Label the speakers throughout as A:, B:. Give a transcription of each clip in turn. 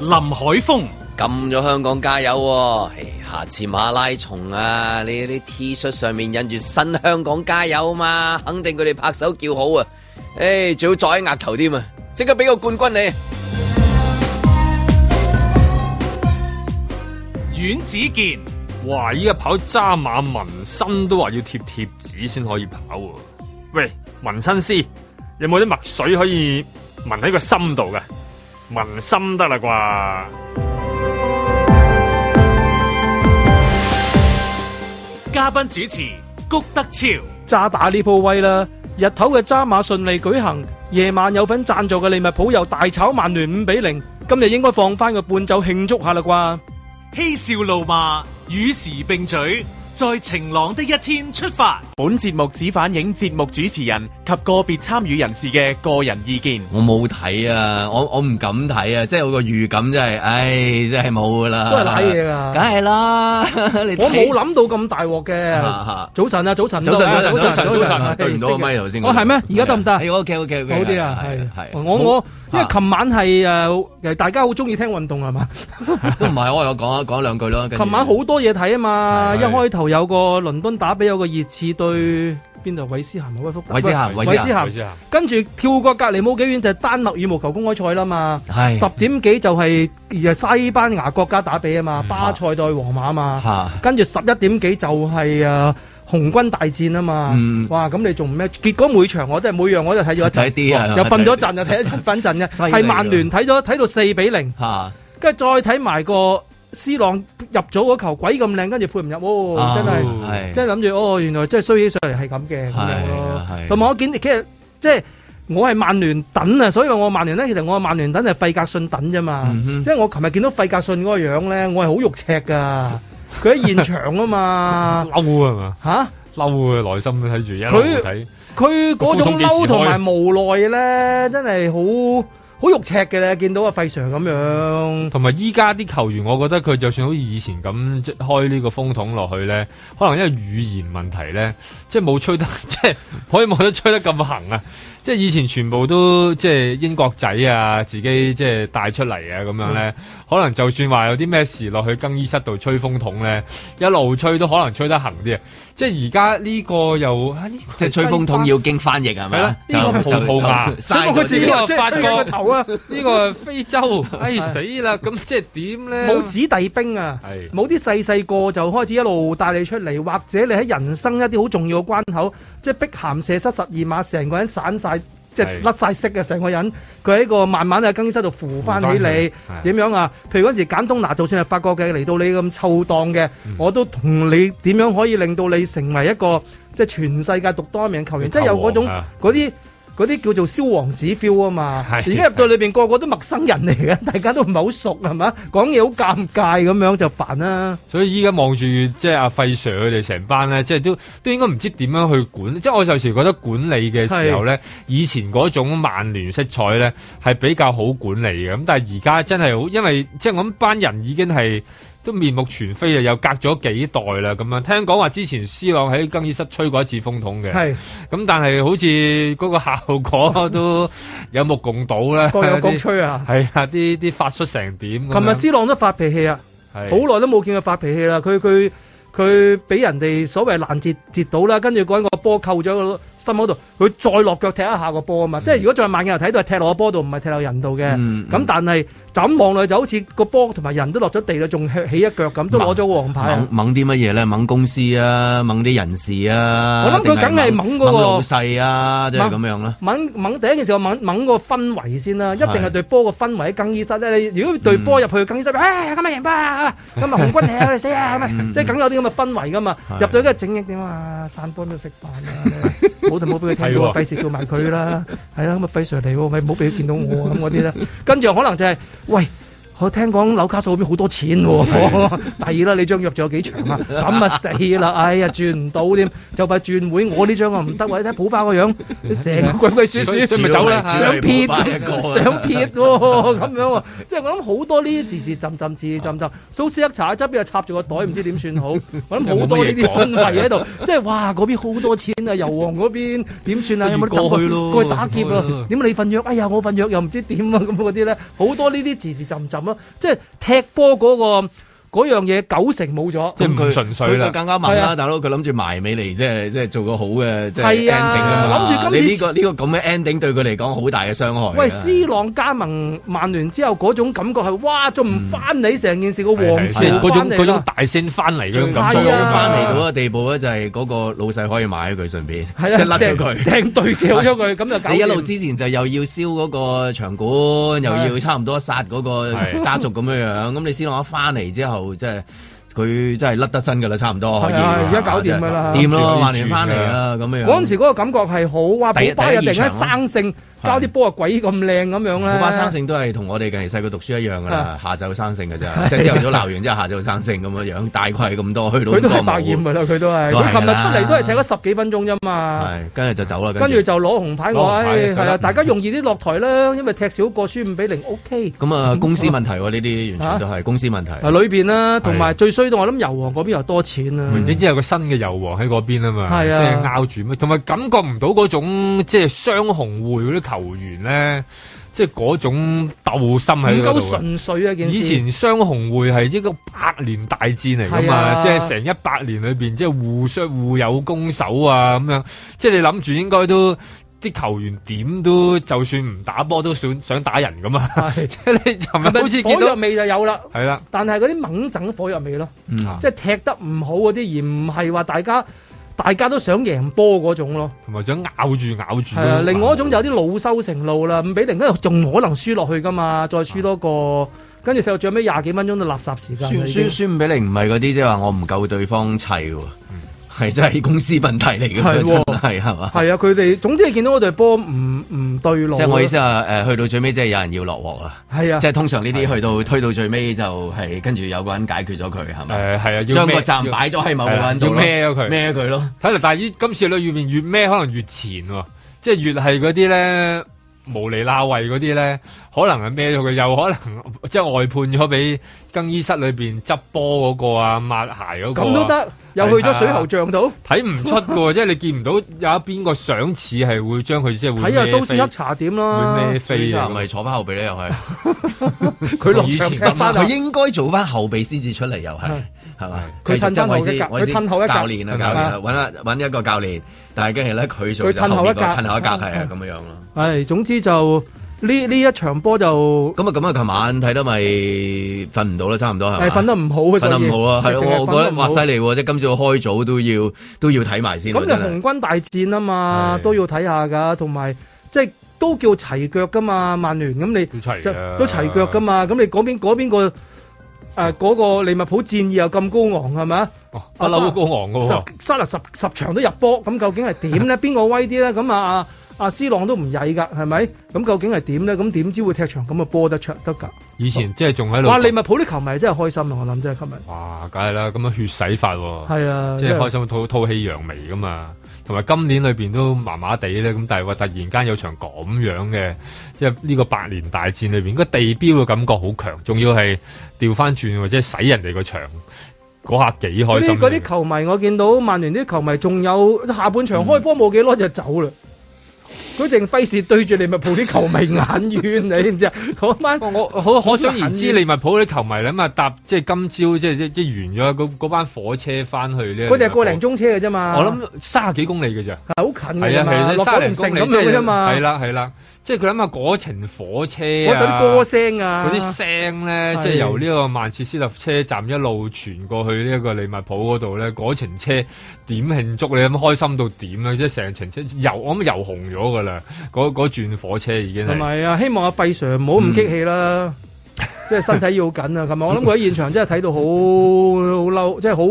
A: 林海峰、
B: 撳咗香港加油喎、唉下次馬拉松啊，你啲 T 恤上面印住新香港加油嘛，肯定佢哋拍手叫好啊！誒、最好再喺額頭添啊，即刻俾個冠軍你。
A: 阮子健、
C: 哇！依家跑揸馬紋身都話要貼貼紙先可以跑喎、喂，紋身師有冇啲墨水可以紋喺個心度嘅？紋心得啦啩？，
A: 嘉賓主持谷德超、
D: 渣打呢鋪位啦。日頭嘅渣馬順利舉行，夜晚有份贊助嘅利物浦又大炒曼聯五比零，今日應該放翻個伴奏慶祝下啦啩。
A: 嬉笑怒罵，與時並舉，在晴朗的一天出發。
E: 本節目只反映節目主持人及個別參與人士嘅個人意見。
F: 我冇睇啊，我我唔敢睇啊，即係有個預感真係，唉，真係冇噶啦，
D: 都係瀨嘢㗎
F: 梗係啦， 你睇
D: 我冇諗到咁大鑊
F: 嚇
D: 嘅
F: 嚇。
D: 早晨啊，早晨，
F: 早晨早晨
D: 各位
F: 早晨早晨，對唔到個咪
D: 係
F: 頭先嗰
D: 我
F: 個，
D: 係咩？而家得唔得啊？
F: 係 OK OK OK，
D: 好啲啊，
F: 係
D: 係
F: 係，啊
D: 我我因為
F: 嚇
D: 琴晚呃係誒，大家好中意聽運動係嘛？
F: 都唔係，我有講一講兩句咯。跟住
D: 琴晚好多嘢睇啊嘛，
F: 係
D: 一開頭有個倫敦打比，有個熱刺對邊度？韋斯咸啊，威福特
F: 韋斯咸，韋
D: 韋
F: 斯
D: 斯
F: 咸，
D: 咸。跟住跳過隔離冇幾遠就係丹麥羽毛球公開賽啦嘛，
F: 係
D: 十點幾就係誒西班牙國家打比啊
F: 嗯
D: 嘛，巴塞對皇馬啊嘛，
F: 嚇，
D: 跟住十一點幾就係誒紅軍大戰啊嘛
F: 嗯，
D: 哇！咁你仲咩？結果每場我都係每樣我都睇咗一
F: 睇
D: 陣，
F: 啲啊，
D: 又瞓咗一陣，又睇 一陣瞓一陣嘅，
F: 犀利啊
D: 係曼聯睇咗睇到四比零，
F: 嚇，
D: 跟住再睇埋個斯朗入咗嗰球鬼咁靚，跟住配唔入，哦，真係〜
F: 係
D: 即係諗住哦，原來即係衰起上嚟係咁嘅咁樣咯
F: 係係。
D: 同埋我見其實即係我係曼聯等啊，所以話我曼聯咧，其實我係曼聯等係費格遜等啫嘛。
F: 嗯哼
D: 即係我琴日見到費格遜嗰個樣咧，我係好肉赤㗎。佢喺現場啊嘛
C: 嬲啊嘛，
D: 嚇、
C: 嬲啊！內心睇住一路
D: 佢
C: 睇，
D: 佢嗰種嬲同埋
C: 個
D: 無奈咧，真係好好肉赤嘅咧。見到阿費 Sir 咁樣，
C: 同埋依家啲球員，我覺得佢就算好似以前咁即係開呢個風筒落去咧，可能因為語言問題咧，即係冇吹得， 即係可以冇得吹得咁行啊！即係以前全部都即係英國仔啊，自己即係帶出嚟啊咁樣咧，
F: 嗯
C: 可能就算話有啲咩事落去更衣室度吹風筒咧，一路吹都可能吹得行啲啊！即係而家呢個又啊呢個
F: 即係吹風筒要經翻譯係咪？
C: 係啦呢個
F: 就
C: 葡萄牙
F: 就就嘥咗
D: 佢自
F: 啲
D: 己
C: 呢個
D: 即係吹緊個
C: 法國
D: 頭啊，
C: 呢個係 非洲，哎死啦！咁即係點咧？
D: 冇子弟兵啊！
C: 係
D: 冇啲細細個就開始一路帶你出嚟，或者你喺人生一啲好重要嘅關口，即係碧咸射失十二碼，成個人散晒，即係
C: 係
D: 甩晒色嘅成個人。佢喺個慢慢喺更衣室度扶翻起
C: 扶返
D: 你
C: 佢係
D: 點樣啊？譬如嗰時簡東拿，就算係法國嘅嚟到你咁臭檔嘅，
C: 嗯
D: 我都同你點樣可以令到你成為一個即係全世界獨當一名嘅球員，即係有嗰種
C: 球王啊
D: 嗰啲。嗰啲叫做消王子 feel 啊嘛，而
C: 係
D: 家入到裏邊個個都陌生人嚟嘅，大家都唔係好熟係嘛，講嘢好尷尬咁樣就煩啦。
C: 所以依家望住即係阿費 Sir 佢哋成班咧，即係都都應該唔知點樣去管。即係我有時覺得管理嘅時候咧，以前嗰種曼聯色彩咧係比較好管理嘅。咁但係而家真係好，因為即係我諗班人已經係都面目全非啊，又隔咗幾代啦咁樣。聽講話之前 C 朗喺更衣室吹過一次風筒嘅，
D: 係
C: 咁但係好似嗰個效果都有目共睹啦。
D: 各有各
C: 啲
D: 吹啊！
C: 係啊，啲啲發出成點咁樣？
D: 琴日 C 朗都發脾氣啊，
C: 係
D: 好耐都冇見佢發脾氣啦。佢佢佢俾人哋所謂攔截截到啦，跟住嗰個波扣咗個心口度，佢再落腳踢一下個波啊嘛。即係如果再慢鏡頭睇到係踢落個波度，唔係踢落人度嘅。咁、
F: 嗯
D: 但係就咁望落去就好似個波同埋人都落咗地啦，仲起起一腳咁，都攞咗個黃牌啊
F: 猛！猛啲乜嘢咧？猛公司啊，猛啲人事啊。
D: 我諗佢梗係
F: 定
D: 猛嗰個
F: 老細啊，即係咁樣啦。
D: 猛猛第一件事，我猛猛個氛圍先啦，一定係對波個氛圍喺更衣室咧。你如果對波入去更衣室，哎誒今日贏吧，今日紅軍嚟啊，我哋死啊，咁啊
F: 嗯
D: 即係梗有啲咁嘅氛圍噶嘛。
F: 係
D: 入到梗係整益點啊，散波都食飯啊，冇就冇俾佢聽到
C: 係
D: 啊，
C: 喎
D: 費事叫埋佢啦。係啦，咁啊費 Sir 嚟喎，咪唔好俾佢見到我啊咁嗰啲啦。跟住可能就係喂。我聽講紐卡素嗰邊好多錢 喎，弊啦！你張約仲有幾長啊？咁啊死啦！哎呀，轉唔到添，就快轉會。我呢張我唔得喎，你睇普巴個樣，成個鬼鬼祟
C: 所以
D: 祟，
C: 咪走 啦
D: 想撇，
F: 只係普巴一
C: 啊
F: 個
D: 想撇喎，咁樣喎。即係我諗好多呢啲字字浸浸字字浸浸，蘇斯克查喺側邊又插住個袋，唔知點算好。我諗好多呢
C: 啊
D: 啲氛圍喺度，即係哇嗰邊好多錢啊，油王 嗰邊點算啊？有冇得走
C: 過去咯
D: 過去打劫
C: 過
D: 啊
C: 去咯！
D: 點解你份約？哎呀，我份約又唔知點啊！咁嗰啲咧，好多呢啲字字浸浸咯，即係踢波嗰、個嗰樣嘢九成冇咗。
C: 即係唔
F: 佢
C: 純粹啦
F: 佢更加猛
D: 係
F: 啦，
D: 啊
F: 大佬佢諗住埋尾嚟，即係即係做個好嘅即係 ending
D: 係啊
F: 㗎嘛
D: 諗住今次
F: 你呢個呢個咁嘅 ending 對佢嚟講好大嘅傷害啊。
D: 喂，C 朗加盟曼聯之後嗰種感覺係，哇，仲唔翻你成件事個王朝
C: 即嗯係嗰種
D: 翻
C: 嗰
D: 嚟
C: 種
D: 啦，
C: 大聲翻嚟嗰種感
D: 啊係
C: 覺，
F: 最好
D: 啊
F: 翻嚟到嘅地步咧，就係嗰個老細可以買咗佢順便，
D: 係
F: 即係
D: 啊，
F: 甩咗
D: 成
F: 佢。
D: 成隊掉咗佢，咁就搞掂
F: 你一路之前就又要燒嗰個場館，又要差唔多殺嗰個
C: 係
F: 家族咁樣樣，咁你先朗一翻嚟之後，即係佢真係甩得身㗎啦，差唔多可以。
D: 係啊而家搞掂㗎啦
F: 掂咯，曼聯翻嚟啦，咁樣樣。
D: 啊嗰陣時嗰個感覺係好，哇！
F: 第一
D: 普巴又突然
F: 第一
D: 間
F: 二場啊
D: 生性，交啲波啊鬼咁靚咁樣咧，
F: 古巴生性都係同我哋近期細個讀書一樣㗎啦，下晝生性㗎 啫，即係朝頭早鬧完之後，下晝生性咁樣樣，大概係咁多，去到
D: 佢
F: 咁
D: 都
F: 多
D: 係百
F: 冇
D: 厭㗎啦，佢都係。
F: 都係
D: 佢
F: 㗎
D: 琴日
F: 啦
D: 出嚟都係踢咗十幾分鐘啫嘛。
F: 係，跟住就走啦，
D: 啊跟住就攞紅牌，我
C: 攞紅牌
D: 唉
C: 就
D: 係
C: 得
D: 啊，大家容易啲落台啦，因為踢少個輸五比零，OK。
F: 咁啊，公司問題喎，呢啲完全都係公司問題。
D: 啊，裏邊啦，同埋最衰到我諗油王嗰邊又多錢啦，
C: 你知有個新嘅油王喺嗰邊啊嘛，即
D: 係啊
C: 係拗住咩，同埋感覺唔到嗰種即係雙紅會嗰啲球員咧，即係嗰種鬥心
D: 唔
C: 喺嗰
D: 夠
C: 度啊。
D: 純粹啊件事。
C: 以前雙紅會係一個百年大戰嚟噶嘛，
D: 係啊
C: 即係成一百年裏邊，即係互相互有攻守啊咁樣，即係你諗住應該都。啲球員點都就算唔打波都想想打人噶嘛，
D: 係
C: 即係你尋日好似見
D: 係咪火藥
C: 到
D: 味就有啦，
C: 係啦，
D: 但係嗰啲猛整火藥味咯，
F: 嗯
D: 即係踢得唔好嗰啲，而唔係話大家大家都想贏波嗰種咯。
C: 同埋想咬住咬住。
F: 嗯
D: 係啊，另外一種就有啲老羞成怒啦，五比零，跟住仲可能輸落去噶嘛，再輸多個，跟住踢到最尾廿幾分鐘都垃圾時間啦。
F: 輸
D: 已經
F: 輸輸五比零唔係嗰啲，即係話我唔夠對方砌喎，係真係公司問題嚟嘅，
D: 係
F: 真
D: 喎
F: 係係嘛？
D: 係啊，佢哋總之你見到嗰隊波唔唔對路。啊
F: 即係我意思係誒，去到最尾即係有人要落鑊啊！
D: 係啊，
F: 即係通常呢啲去到推到最尾就係跟住有個人解決咗佢係咪？
C: 誒係啊，要
F: 將個
C: 孭
F: 站擺咗喺某個人度咯，
C: 要孭咗佢
F: 孭咗佢咯。
C: 睇嚟，但係依今次裏面越咩可能越前喎，即係越係嗰啲咧無厘啦位嗰啲咧，可能係孭咗佢，又可能即係外判咗俾更衣室裏面執波嗰個啊、抹鞋嗰個啊
D: 咁都，得，又去
F: 啊
D: 咗水喉像度
C: 睇唔出㗎喎，即係你見唔到有一邊個相似係會將佢即係會
D: 睇下
C: 孭
D: 蘇斯
C: 飛
D: 克茶點啦。
C: 會孭
F: 飛
C: 飛
F: 啊，
C: 啊
F: 咪坐翻後備咧，又係
D: 佢落
C: 同以
D: 場
C: 前
D: 踢
C: 咁啊
D: 翻
F: 佢
D: 啊！
F: 應該做翻後備先至出嚟，又係
D: 係
F: 係嘛？
D: 佢褪翻後一格
F: 繼續即係我意思
D: 佢褪後一格
F: 教練啊，
C: 係
F: 教
C: 咪
F: 練啊，揾啊揾一個教練，但係跟住咧佢做
D: 佢
F: 就
D: 褪後
F: 面
D: 一
F: 個
D: 格
F: 褪後一格係啊
D: 嗯
F: 咁樣樣咯。
D: 唉，總之就呢呢一場波就
F: 咁啊咁啊，琴晚睇得咪瞓唔到啦，差唔多係
D: 係
F: 嘛？
D: 瞓得唔好嘅，
F: 瞓得唔好啊，係
D: 所以
F: 咯，我覺得哇犀
D: 淨係瞓
F: 利喎！即係今朝開早都要都要睇埋先
D: 得唔
F: 喎，
D: 好咁就
F: 真係
D: 紅軍大戰啊嘛，
C: 係
D: 都要睇下㗎，同埋即係都叫齊腳㗎嘛，曼聯咁你。
C: 都齊啊
D: 就
C: 㗎
D: 都齊腳噶嘛。咁你嗰邊嗰邊個誒嗰個利物浦戰意又咁高昂係咪？
C: 哦不嬲都高昂㗎喎。
D: 十沙拿十十場都入波，咁究竟係點 咧？邊個威啲咧？咁啊啊阿斯朗都唔曳㗎，係咪？咁究竟係點咧？咁點知會踢場咁嘅波得出得㗎？
C: 以前即係仲喺度
D: 哇！利物浦啲球迷真係開心啊！我諗真係今日
C: 哇，梗係啦，咁啊樣血洗法喎。
D: 係啊，
C: 即係
D: 真
C: 開心吐吐氣揚眉噶嘛，同埋今年裏邊都麻麻地咧，咁但係話突然間有場咁樣嘅，即係呢個百年大戰裏邊，個地標嘅感覺好強，仲要係調翻轉或者洗人哋個場，嗰下幾開
D: 嗰
C: 心嘅。
D: 啲嗰啲球迷，我見到曼聯啲球迷仲有下半場開波冇幾耐就走啦。佢淨費事對住利物浦啲球迷眼冤，你知唔知啊？嗰班
C: 我我好可想而知，利物浦啲球迷咧咁啊搭即係今朝即係即即完咗嗰嗰班火車翻去咧，
D: 佢哋係個零鐘啊車嘅啫嘛。
C: 我諗三十幾公里嘅咋。
D: 係好近
C: 係
D: 嘅
C: 啊，
D: 嘛，
C: 係
D: 落
C: 三
D: 九
C: 零
D: 龍
C: 公
D: 城
C: 里
D: 咁樣嘅啫嘛。
C: 係啦係啦，即係佢諗下嗰程火車
D: 嗰首
C: 啊
D: 啲歌聲啊，
C: 嗰啲聲咧，
D: 係
C: 即係由呢個曼徹斯特車站一路傳過去呢一個利物浦嗰度咧，嗰程車點慶祝你咁開心到點啊！即係成程車油，我諗油紅咗噶啦，嗰嗰轉火車已經
D: 同
C: 係
D: 埋啊，希望阿費 Sir 唔好咁激氣啦，
C: 嗯
D: 即係身體要緊啊。琴日我諗佢喺現場真係睇到好好嬲，即係好，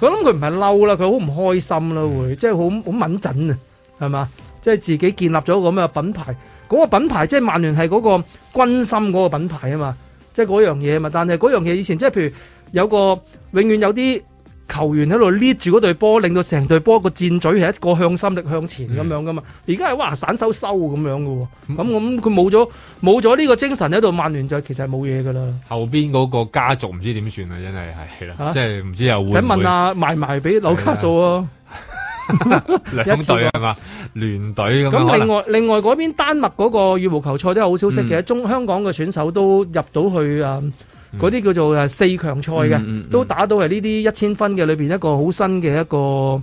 D: 我諗佢唔係嬲啦，佢好唔開心啦，
C: 嗯
D: 會即係好好敏陣啊，係嘛？即係自己建立咗個咁嘅品牌，嗰個品牌即係曼聯係嗰個軍心嗰個品牌啊嘛。即係嗰樣嘢嘛。但係嗰樣嘢以前即係譬如有個永遠有啲球員喺度 lead 住嗰隊波，令到成隊波個箭嘴係一個向心力向前
C: 嗯
D: 咁樣噶嘛。而家係哇散手收咁樣嘅喎，嗯咁咁佢冇咗冇咗呢個精神喺度，曼聯就其實係冇嘢噶啦。
C: 後邊嗰個家族唔知點算啊！真係係啦，
D: 啊
C: 即係唔知又會唔會
D: 想問啊下賣埋俾紐卡素啊！
C: 兩隊係嘛，聯隊咁樣啊可
D: 咁
C: 能
D: 另外另外嗰邊丹麥嗰個羽毛球賽都有好消息
F: 嗯
D: 嘅，中香港嘅選手都入到去啊嗰啲叫做誒四強賽嘅，
F: 嗯嗯嗯嗯
D: 都打到係呢啲一千分嘅裏邊一個好新嘅一個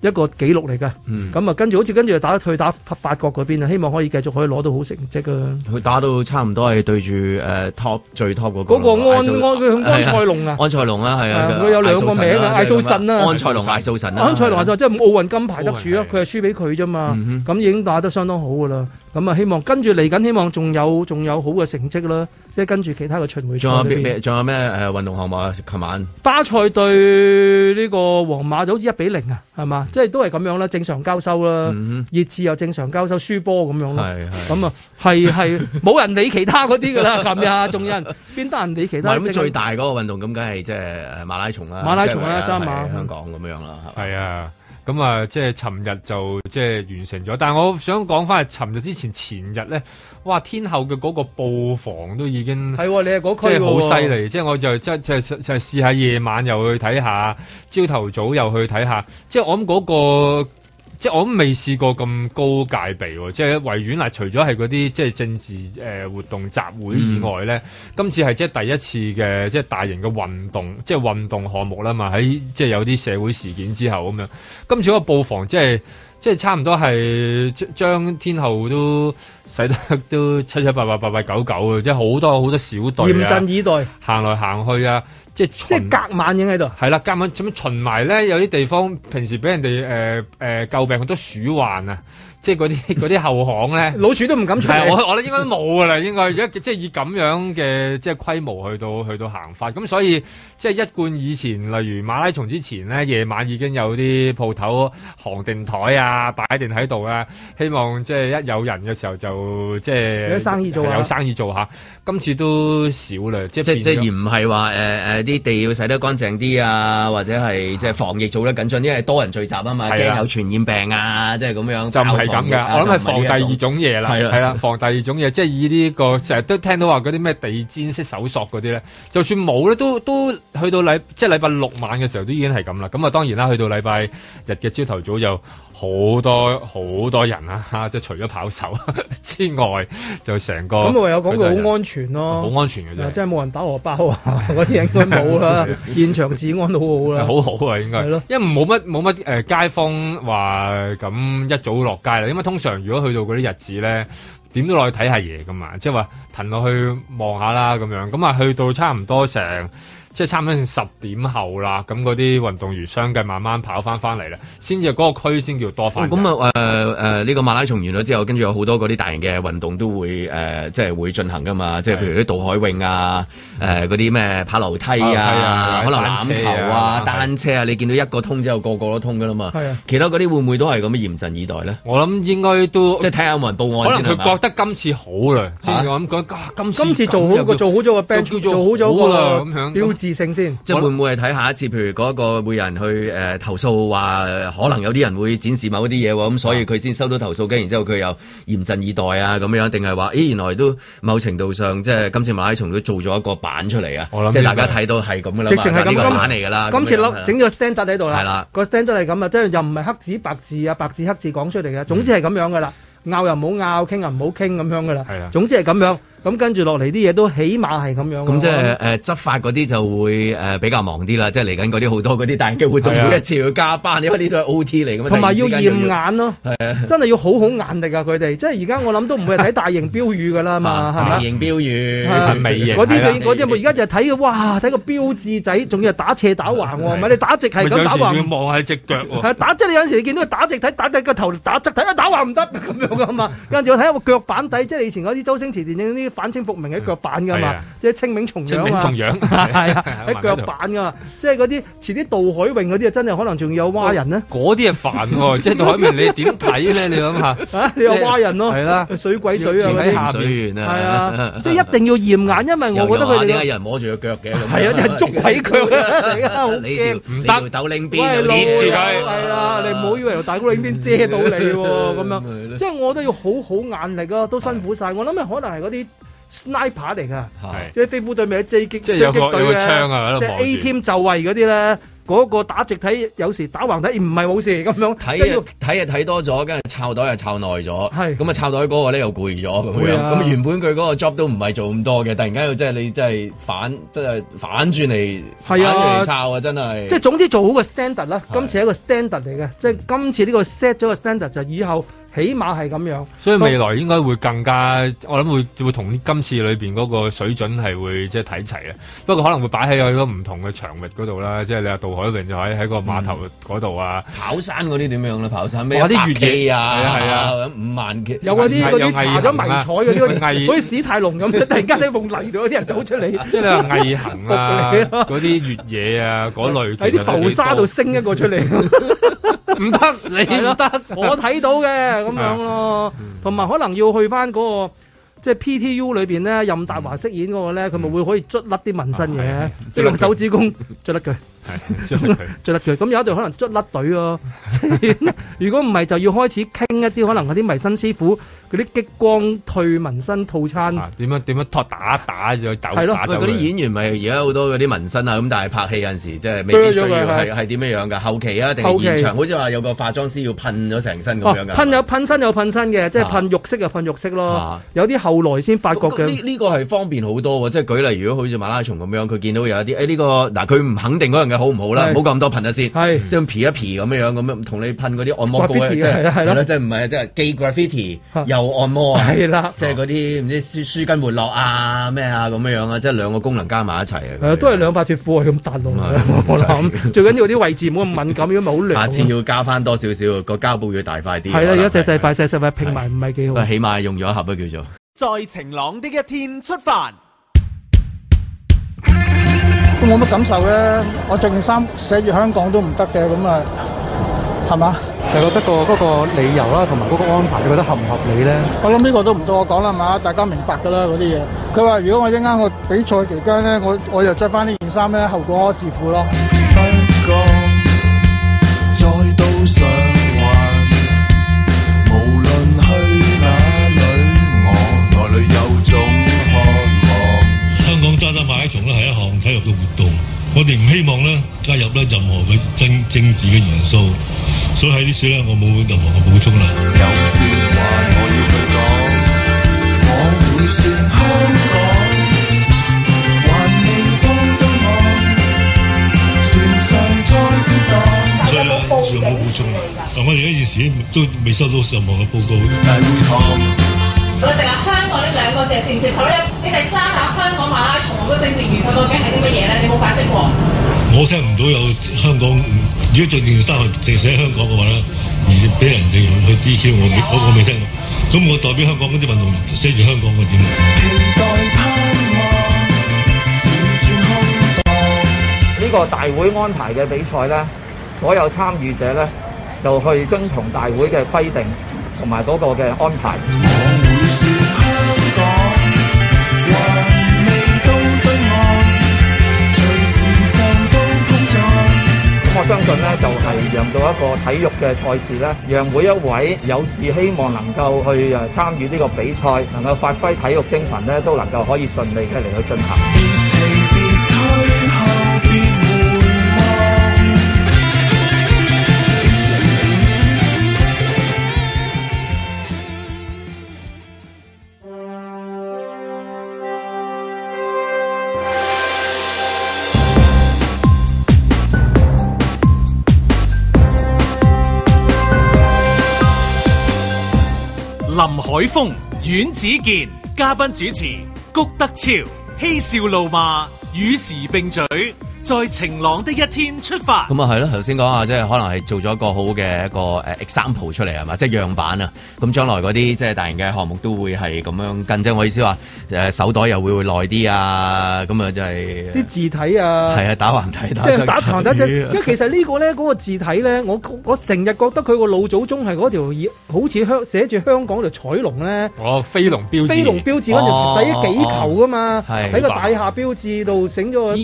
D: 一個紀錄嚟㗎。
F: 嗯，
D: 咁啊，跟住好似跟住就打去打法法國嗰邊啊，希望可以繼續可以攞到好成績啊！
F: 佢打到差唔多係對住誒 top 最 top 嗰個
D: 嗰個安安
F: 艾素哎
D: 佢安塞龍啊，
F: 安塞龍啦，係啊，
D: 係啊佢有兩個名啊
F: 艾素
D: 艾素神啊
F: 安塞龍、艾素神啊，
D: 安塞龍就即係奧運金牌得主咯
C: 奧運，係
D: 佢係輸俾佢啫嘛
F: 嗯哼，
D: 咁已經打得相當好噶啦。咁啊，希望跟住嚟緊，希望仲有仲有好嘅成績啦，即係跟住其他嘅巡迴賽
F: 仲有
D: 裏
F: 咩
D: 邊
F: 咩？仲有咩誒運動項目啊？琴晚
D: 巴塞對呢個皇馬就好似一比零啊，係嘛？即係都係咁樣啦，正常交收啦，
F: 嗯
D: 熱刺又正常交收，輸波咁樣
F: 哼
D: 啦。
F: 係係。
D: 咁啊，係係 冇人理其他嗰啲噶啦， 琴日仲有人邊得人理其
F: 唔係
D: 他？
F: 咁最大嗰個運動咁，梗係即係誒馬拉松啦，
D: 馬拉松啦
F: 即係
D: 揸馬
F: 係香港咁樣啦，係
C: 係啊。咁啊，即係尋日就即係完成咗，但係我想講翻係尋日之前前日咧，哇！天后嘅嗰個布防都已經
D: 係喎，你係嗰
C: 即
D: 區
C: 係
D: 喎
C: 好犀。利，即係我就即係即係即係試下夜晚又去睇下，朝頭早又去睇下，即係我諗嗰、個。即係我諗未試過咁高戒備喎，即係維園嗱，啊除咗係嗰啲即係政治誒、呃活動集會以外咧，今次係即係第一次嘅即係大型嘅運動，即係運動項目啦嘛，喺即係有啲社會事件之後咁樣，今次嗰個布防即係即係差唔多係即將天后都使得 都七七八八八八九九啊，即係好多好多小隊
D: 嚴
C: 啊。
D: 陣以待，
C: 行來行去啊，即係
D: 即
C: 即
D: 係隔晚已經喺度。
C: 係啦，夾硬咁樣巡埋咧，有啲地方平時俾人哋誒誒救病好多鼠患啊，即係嗰啲嗰啲後巷咧。
D: 老鼠都唔敢出
C: 係
F: 啊
D: 嚟。
C: 我我覺得應該都冇噶啦，應該而家即係以咁樣嘅即係規模去到去到行法，咁所以即係一貫以前，例如馬拉松之前咧，夜晚已經有啲鋪頭行定台啊，擺定喺度啊，希望即係一有人嘅時候就即係
D: 有生意做啊
C: 有生意做下。今次都少啦，即係
F: 即
C: 變
F: 即
C: 咗
F: 而唔係話誒誒啲地要洗得乾淨啲啊，或者係即係防疫做得緊張，因為多人聚集啊嘛，
C: 係啊
F: 驚有傳染病啊，即係咁樣。啊
C: 就唔係咁嘅，我諗係防第二種嘢啦，
F: 係啦
C: 係啦，防第二種嘢，即係以呢個成日都聽到話嗰啲咩地氈式搜索嗰啲咧，就算冇咧，都都去到禮即係禮拜六晚嘅時候都已經係咁啦。咁啊當然啦，去到禮拜日嘅朝頭早就好多好多人啦，即係除咗跑手之外，就成個
D: 咁我啊有講
C: 佢就
D: 佢
C: 係
D: 好安全咯。
C: 好安全嘅
D: 啊
C: 啫，
D: 真係冇人打荷包啊！ 嗰啲應該冇啦，現場治安好好啦。
C: 好好啊，應該
D: 係咯，
C: 因為冇乜冇乜呃誒街坊話咁一早落街啦，因為通常如果去到嗰啲日子咧，點都落去睇下嘢噶嘛，即係話騰落去望下啦咁樣，咁啊去到差唔多成。即係差唔多成十點後啦，咁嗰啲運動員相繼慢慢跑翻翻嚟啦，先至嗰個區先叫多翻人。
F: 咁啊誒誒呢個馬拉松完咗之後，跟住有好多嗰啲大型嘅運動都會誒、呃即係會進行噶嘛，即係譬如啲渡海泳啊，誒嗰啲咩爬樓梯
C: 爬樓梯
F: 啊
C: 啊，
F: 可能籃球啊、
C: 單車啊
F: 單車啊，你見到一個通之後個個都通噶啦嘛
D: 係啊。
F: 其他嗰啲會唔會都係咁樣嚴陣以待咧？
C: 我諗應該都
F: 即係睇下有冇人報案
C: 可
F: 先啊係
C: 能佢
F: 嘛
C: 覺得今次好啦，即係我諗講啊今次
D: 今次做好個
C: 咁
D: 做好咗個 bench，
C: 叫
D: 做
C: 做
D: 好咗
C: 好啦
D: 個
C: 咁樣
D: 標誌性先。
F: 即係會唔會係睇下一次，譬如嗰個會有人去誒、呃投訴話，呃可能有啲人會展示某一啲嘢喎，咁所以佢先收到投訴，跟然之後佢又嚴陣以待啊咁樣，定係話，
D: 嗯
F: 咦原來都某程度上即係今次馬拉松都做咗一個版出嚟啊
C: 我諗，
F: 即係大
C: 呢個
F: 家睇到係咁噶啦嘛，
D: 直情係
F: 就
D: 咁
F: 呢個
D: 今
F: 版嚟㗎啦，
D: 今次
F: 咁樣
D: 攞整咗個 standard 喺度啦，
F: 係啦
D: 個 standard 係咁啊，即係又唔係黑字白字啊，白字黑字講出嚟嘅，總之係咁樣噶啦，拗又唔好拗，傾又唔好傾咁樣噶啦
C: 係啊，
D: 總之係咁樣，咁跟住落嚟啲嘢都起碼係咁樣㗎。
F: 咁即係誒執法嗰啲就會誒比較忙啲啦，即係嚟緊嗰啲好多嗰啲大型嘅活動，
C: 係啊
F: 每一次要加班，因為呢度係 O T 嚟㗎嘛，
D: 同埋要
F: 突然
D: 驗
F: 之間又
D: 眼咯，真係要好好眼力啊！佢哋即係而家我諗都唔會係睇大型標語噶啦嘛，係
F: 啊
D: 咪
F: 微？型標
D: 啊
F: 語，
C: 微型
D: 嗰
C: 係
D: 啲
C: 啦
D: 就嗰啲咪而家就係睇嘅，哇！睇個標誌仔，仲要係打斜打橫喎，唔係你打直係
C: 咪
D: 咁
C: 有
D: 打
C: 時
D: 橫
C: 要。望下只腳喎。
D: 係啊打即係你有陣時你見到佢打直睇，打底個頭打側睇，啊打橫唔得咁樣噶嘛。有陣時我睇下個腳板底，即係你以前嗰啲周星馳電影啲反清復明嘅一腳板噶
C: 係
D: 嘛
C: 啊，
D: 即係清明重陽
C: 清明
D: 啊
C: 重
D: 嘛。
C: 陽，
D: 係啊，
C: 喺
D: 一腳板噶嘛，即係嗰啲遲啲渡海泳嗰啲啊，真係可能仲有蛙人啊 咧，
C: 嗰啲係煩喎， 即係杜海明你點睇咧？你諗下，
D: 啊，你有
C: 即係
D: 蛙人咯，
C: 係啦
D: 水鬼隊
C: 要
D: 啊嗰
C: 潛
D: 啲
C: 下，
F: 水員
D: 係
F: 啊，
D: 啊，即係一定要驗眼，因為我覺得
F: 又又
D: 佢
F: 話啊點
D: 哋
F: 解有人摸住個腳嘅咁？
D: 係啊，人捉鬼佢啊，你啊好
F: 你條
D: 驚。
F: 你條豆領邊
D: 喂，
F: 度
D: 老
F: 捏啊
C: 住
D: 友
C: 佢
D: 係啦，你唔好以為由大姑娘邊遮到你喎，
C: 嗯
D: 咁樣，即係我都要好好眼力啊，都辛苦晒。我諗係可能係嗰啲 sniper 嚟㗎，
C: 係
D: 即係飛虎隊咪有狙擊
C: 即係有個
D: 狙擊隊
C: 有個
D: 嘅
C: 槍啊喺度
D: 即係
C: 望住
D: A team 就位嗰啲咧，嗰個打直睇有時打橫睇唔係冇事咁樣，即係
F: 睇
D: 要
F: 啊睇啊睇多咗，跟住抄袋又抄耐咗，
D: 係
F: 咁啊抄袋嗰個咧又攰咗咁
D: 會
F: 樣，
D: 啊
F: 咁原本佢嗰個 job 都唔係做咁多嘅，突然間又真係你真係反即係反轉嚟，反
D: 係
F: 轉
D: 啊
F: 嚟抄啊真係，
D: 即係總之做好個 standard 啦。
F: 係
D: 今次係一個 standard 嚟嘅，即係今次呢個 set 咗個 standard 就以後起碼係咁樣。
C: 所以未來應該會更加，我諗會會同今次裏面嗰個水準係會即係睇齊啦。不過可能會擺喺好多唔同嘅場域嗰度啦，即係你話杜海榮就喺喺個碼
D: 嗯
C: 頭嗰度啊，
F: 跑山嗰啲點樣咧？跑山咩？
C: 哇啲
F: 越
C: 越野
F: 野啊，
C: 係啊係啊
F: 咁五萬 K，
D: 有嗰啲
C: 有
D: 嗰啲
C: 毅
D: 搽
C: 行啊
D: 咗迷
C: 啦
D: 彩嗰啲，好似
C: 毅
D: 好似史泰龍咁， 突然間喺夢泥度有啲人走出嚟。
C: 即係你話毅行啊
D: 仆你啊，
C: 嗰啲越野啊嗰類
D: 喺啲浮沙度升一個出嚟，
C: 唔得，你
D: 係
C: 唔
D: 咯
C: 得，
D: 我睇到嘅咁樣咯，同埋可能要去翻嗰個。即係 PTU 裏邊咧，任達華飾演嗰個咧，佢咪會可以捽甩啲紋身嘅
C: 啊，
D: 即係用手指公捽甩佢，
C: 係 即係佢
D: 捽甩佢。咁有一隊可能捽甩隊咯。即係如果唔係，就要開始傾一啲可能嗰啲紋身師傅嗰啲激光退紋身套餐。
C: 啊點樣點樣托打打咗走
D: 係咯
C: 打
F: 喂，
C: 走
F: 嗰啲
C: 佢。
F: 演員咪而家好多嗰啲紋身啊，咁但係拍戲有陣時即係未必需要
D: 鋸咗佢
F: 係係點樣樣㗎？後期啊，定
D: 啊後
F: 係
D: 期
F: 現場？好似話有個化妝師要噴咗成身
D: 哦
F: 咁樣㗎。
D: 噴有噴身有噴身嘅，即係
F: 啊
D: 噴肉色就噴肉色咯
F: 啊。
D: 有啲後來先發覺
F: 咁呢
D: 嘅，
F: 呢個係方便好多喎，即係舉例，如果好似馬拉松咁樣，佢見到有一啲誒呢個嗱，佢唔肯定嗰樣嘢好唔好啦，
D: 係
F: 唔好咁多噴下先，
D: 係
F: 即係 P 一 P 咁樣樣咁樣，同你噴嗰啲按摩膏咧，
D: Graffiti
F: 即係
D: 係啦係啦
F: 啦，即係唔係即係既 graffiti
D: 嚇
F: 又按摩啊，
D: 係啦
F: 即係嗰啲唔知舒舒筋活絡啊咩啊咁樣樣啊，即係兩個功能加埋一齊啊，
D: 誒呃都係兩塊脱褲係咁突落嚟
F: 係，
D: 我諗最緊要啲位置唔好咁敏感，如果唔係好
F: 下次
D: 涼。
F: 要加翻多少少個膠布要大塊啲，
D: 係啦，啊
F: 可
D: 而
F: 能
D: 家細細塊細細塊拼埋唔係幾
F: 不
D: 好
F: 過。起碼用咗一盒啊叫做。
E: 在晴朗的一天出發。
G: 都冇乜感受嘅。我着件衫寫住香港都唔得嘅，咁啊，係嘛？
D: 就覺得個嗰個理由啦，同埋嗰個安排，你覺得合唔合理咧？
G: 我諗呢個都唔到我講啦，係嘛？大家明白㗎啦嗰啲嘢。佢話如果我一陣間我比賽期間咧，我我又着翻呢件衫咧，後果我自負咯。
H: 不覺再度上環，無論去哪裏，我內裏有種渴望。
I: 香港渣打馬拉松咧係一項體育嘅活動，我哋唔希望咧加入咧任何嘅政政治嘅元素，所以喺呢處咧我冇任何嘅補充啦。
H: 有説話我要去講，我會説香港，還未到對岸，船上再跌宕。
I: 所以咧呢處我冇補充啦。但我哋呢件事都未收到任何嘅報告。
H: 大會堂，
J: 我淨係香港呢兩個字係唔接受咧？你哋渣打香港馬拉松嗰個政治元素究竟係啲乜嘢咧？你冇解釋過。
I: 我聽唔到有香港，如果着件衫係淨寫香港嘅話咧，而俾人哋去 DQ，我未我我未聽過。咁我代表香港嗰啲運動員寫住香港嘅點？
H: 期待盼望，自轉空蕩。
K: 呢個大會安排嘅比賽呢，所有參與者呢，就去遵從大會嘅規定同埋嗰個嘅安排。
H: 我會説香港，還未到對岸，隨時受到碰撞。
K: 咁我相信呢，就係、讓到一個體育嘅賽事呢，讓每一位有志希望能夠去誒參與呢個比賽，能夠發揮體育精神呢，都能夠可以順利嘅嚟去進行。
H: 別停，別退後，別回望。
A: 林海峰、阮子健，嘉賓主持谷德超，嬉笑怒罵，與時並舉，在晴朗的一天出發。
F: 咁啊係咯，頭先講啊，即係可能係做咗一個好嘅一個誒 example 出嚟係嘛，即係樣板啊。咁將來嗰啲即係大型嘅項目都會係咁樣跟，即係我意思話誒手袋又會會耐啲啊，咁啊就係
D: 啲字體啊，
F: 係啊打橫睇打
D: 即係打
F: 橫
D: 長
F: 睇
D: 得啫。因為其實呢個咧，嗰個字體咧，我我成日覺得佢個老祖宗係嗰條以好似香寫住香港嗰條彩龍咧，
C: 哦，飛龍標誌，
D: 飛龍標誌嗰條使咗幾球噶嘛，
F: 哦係
D: 喺個大廈標誌度整咗個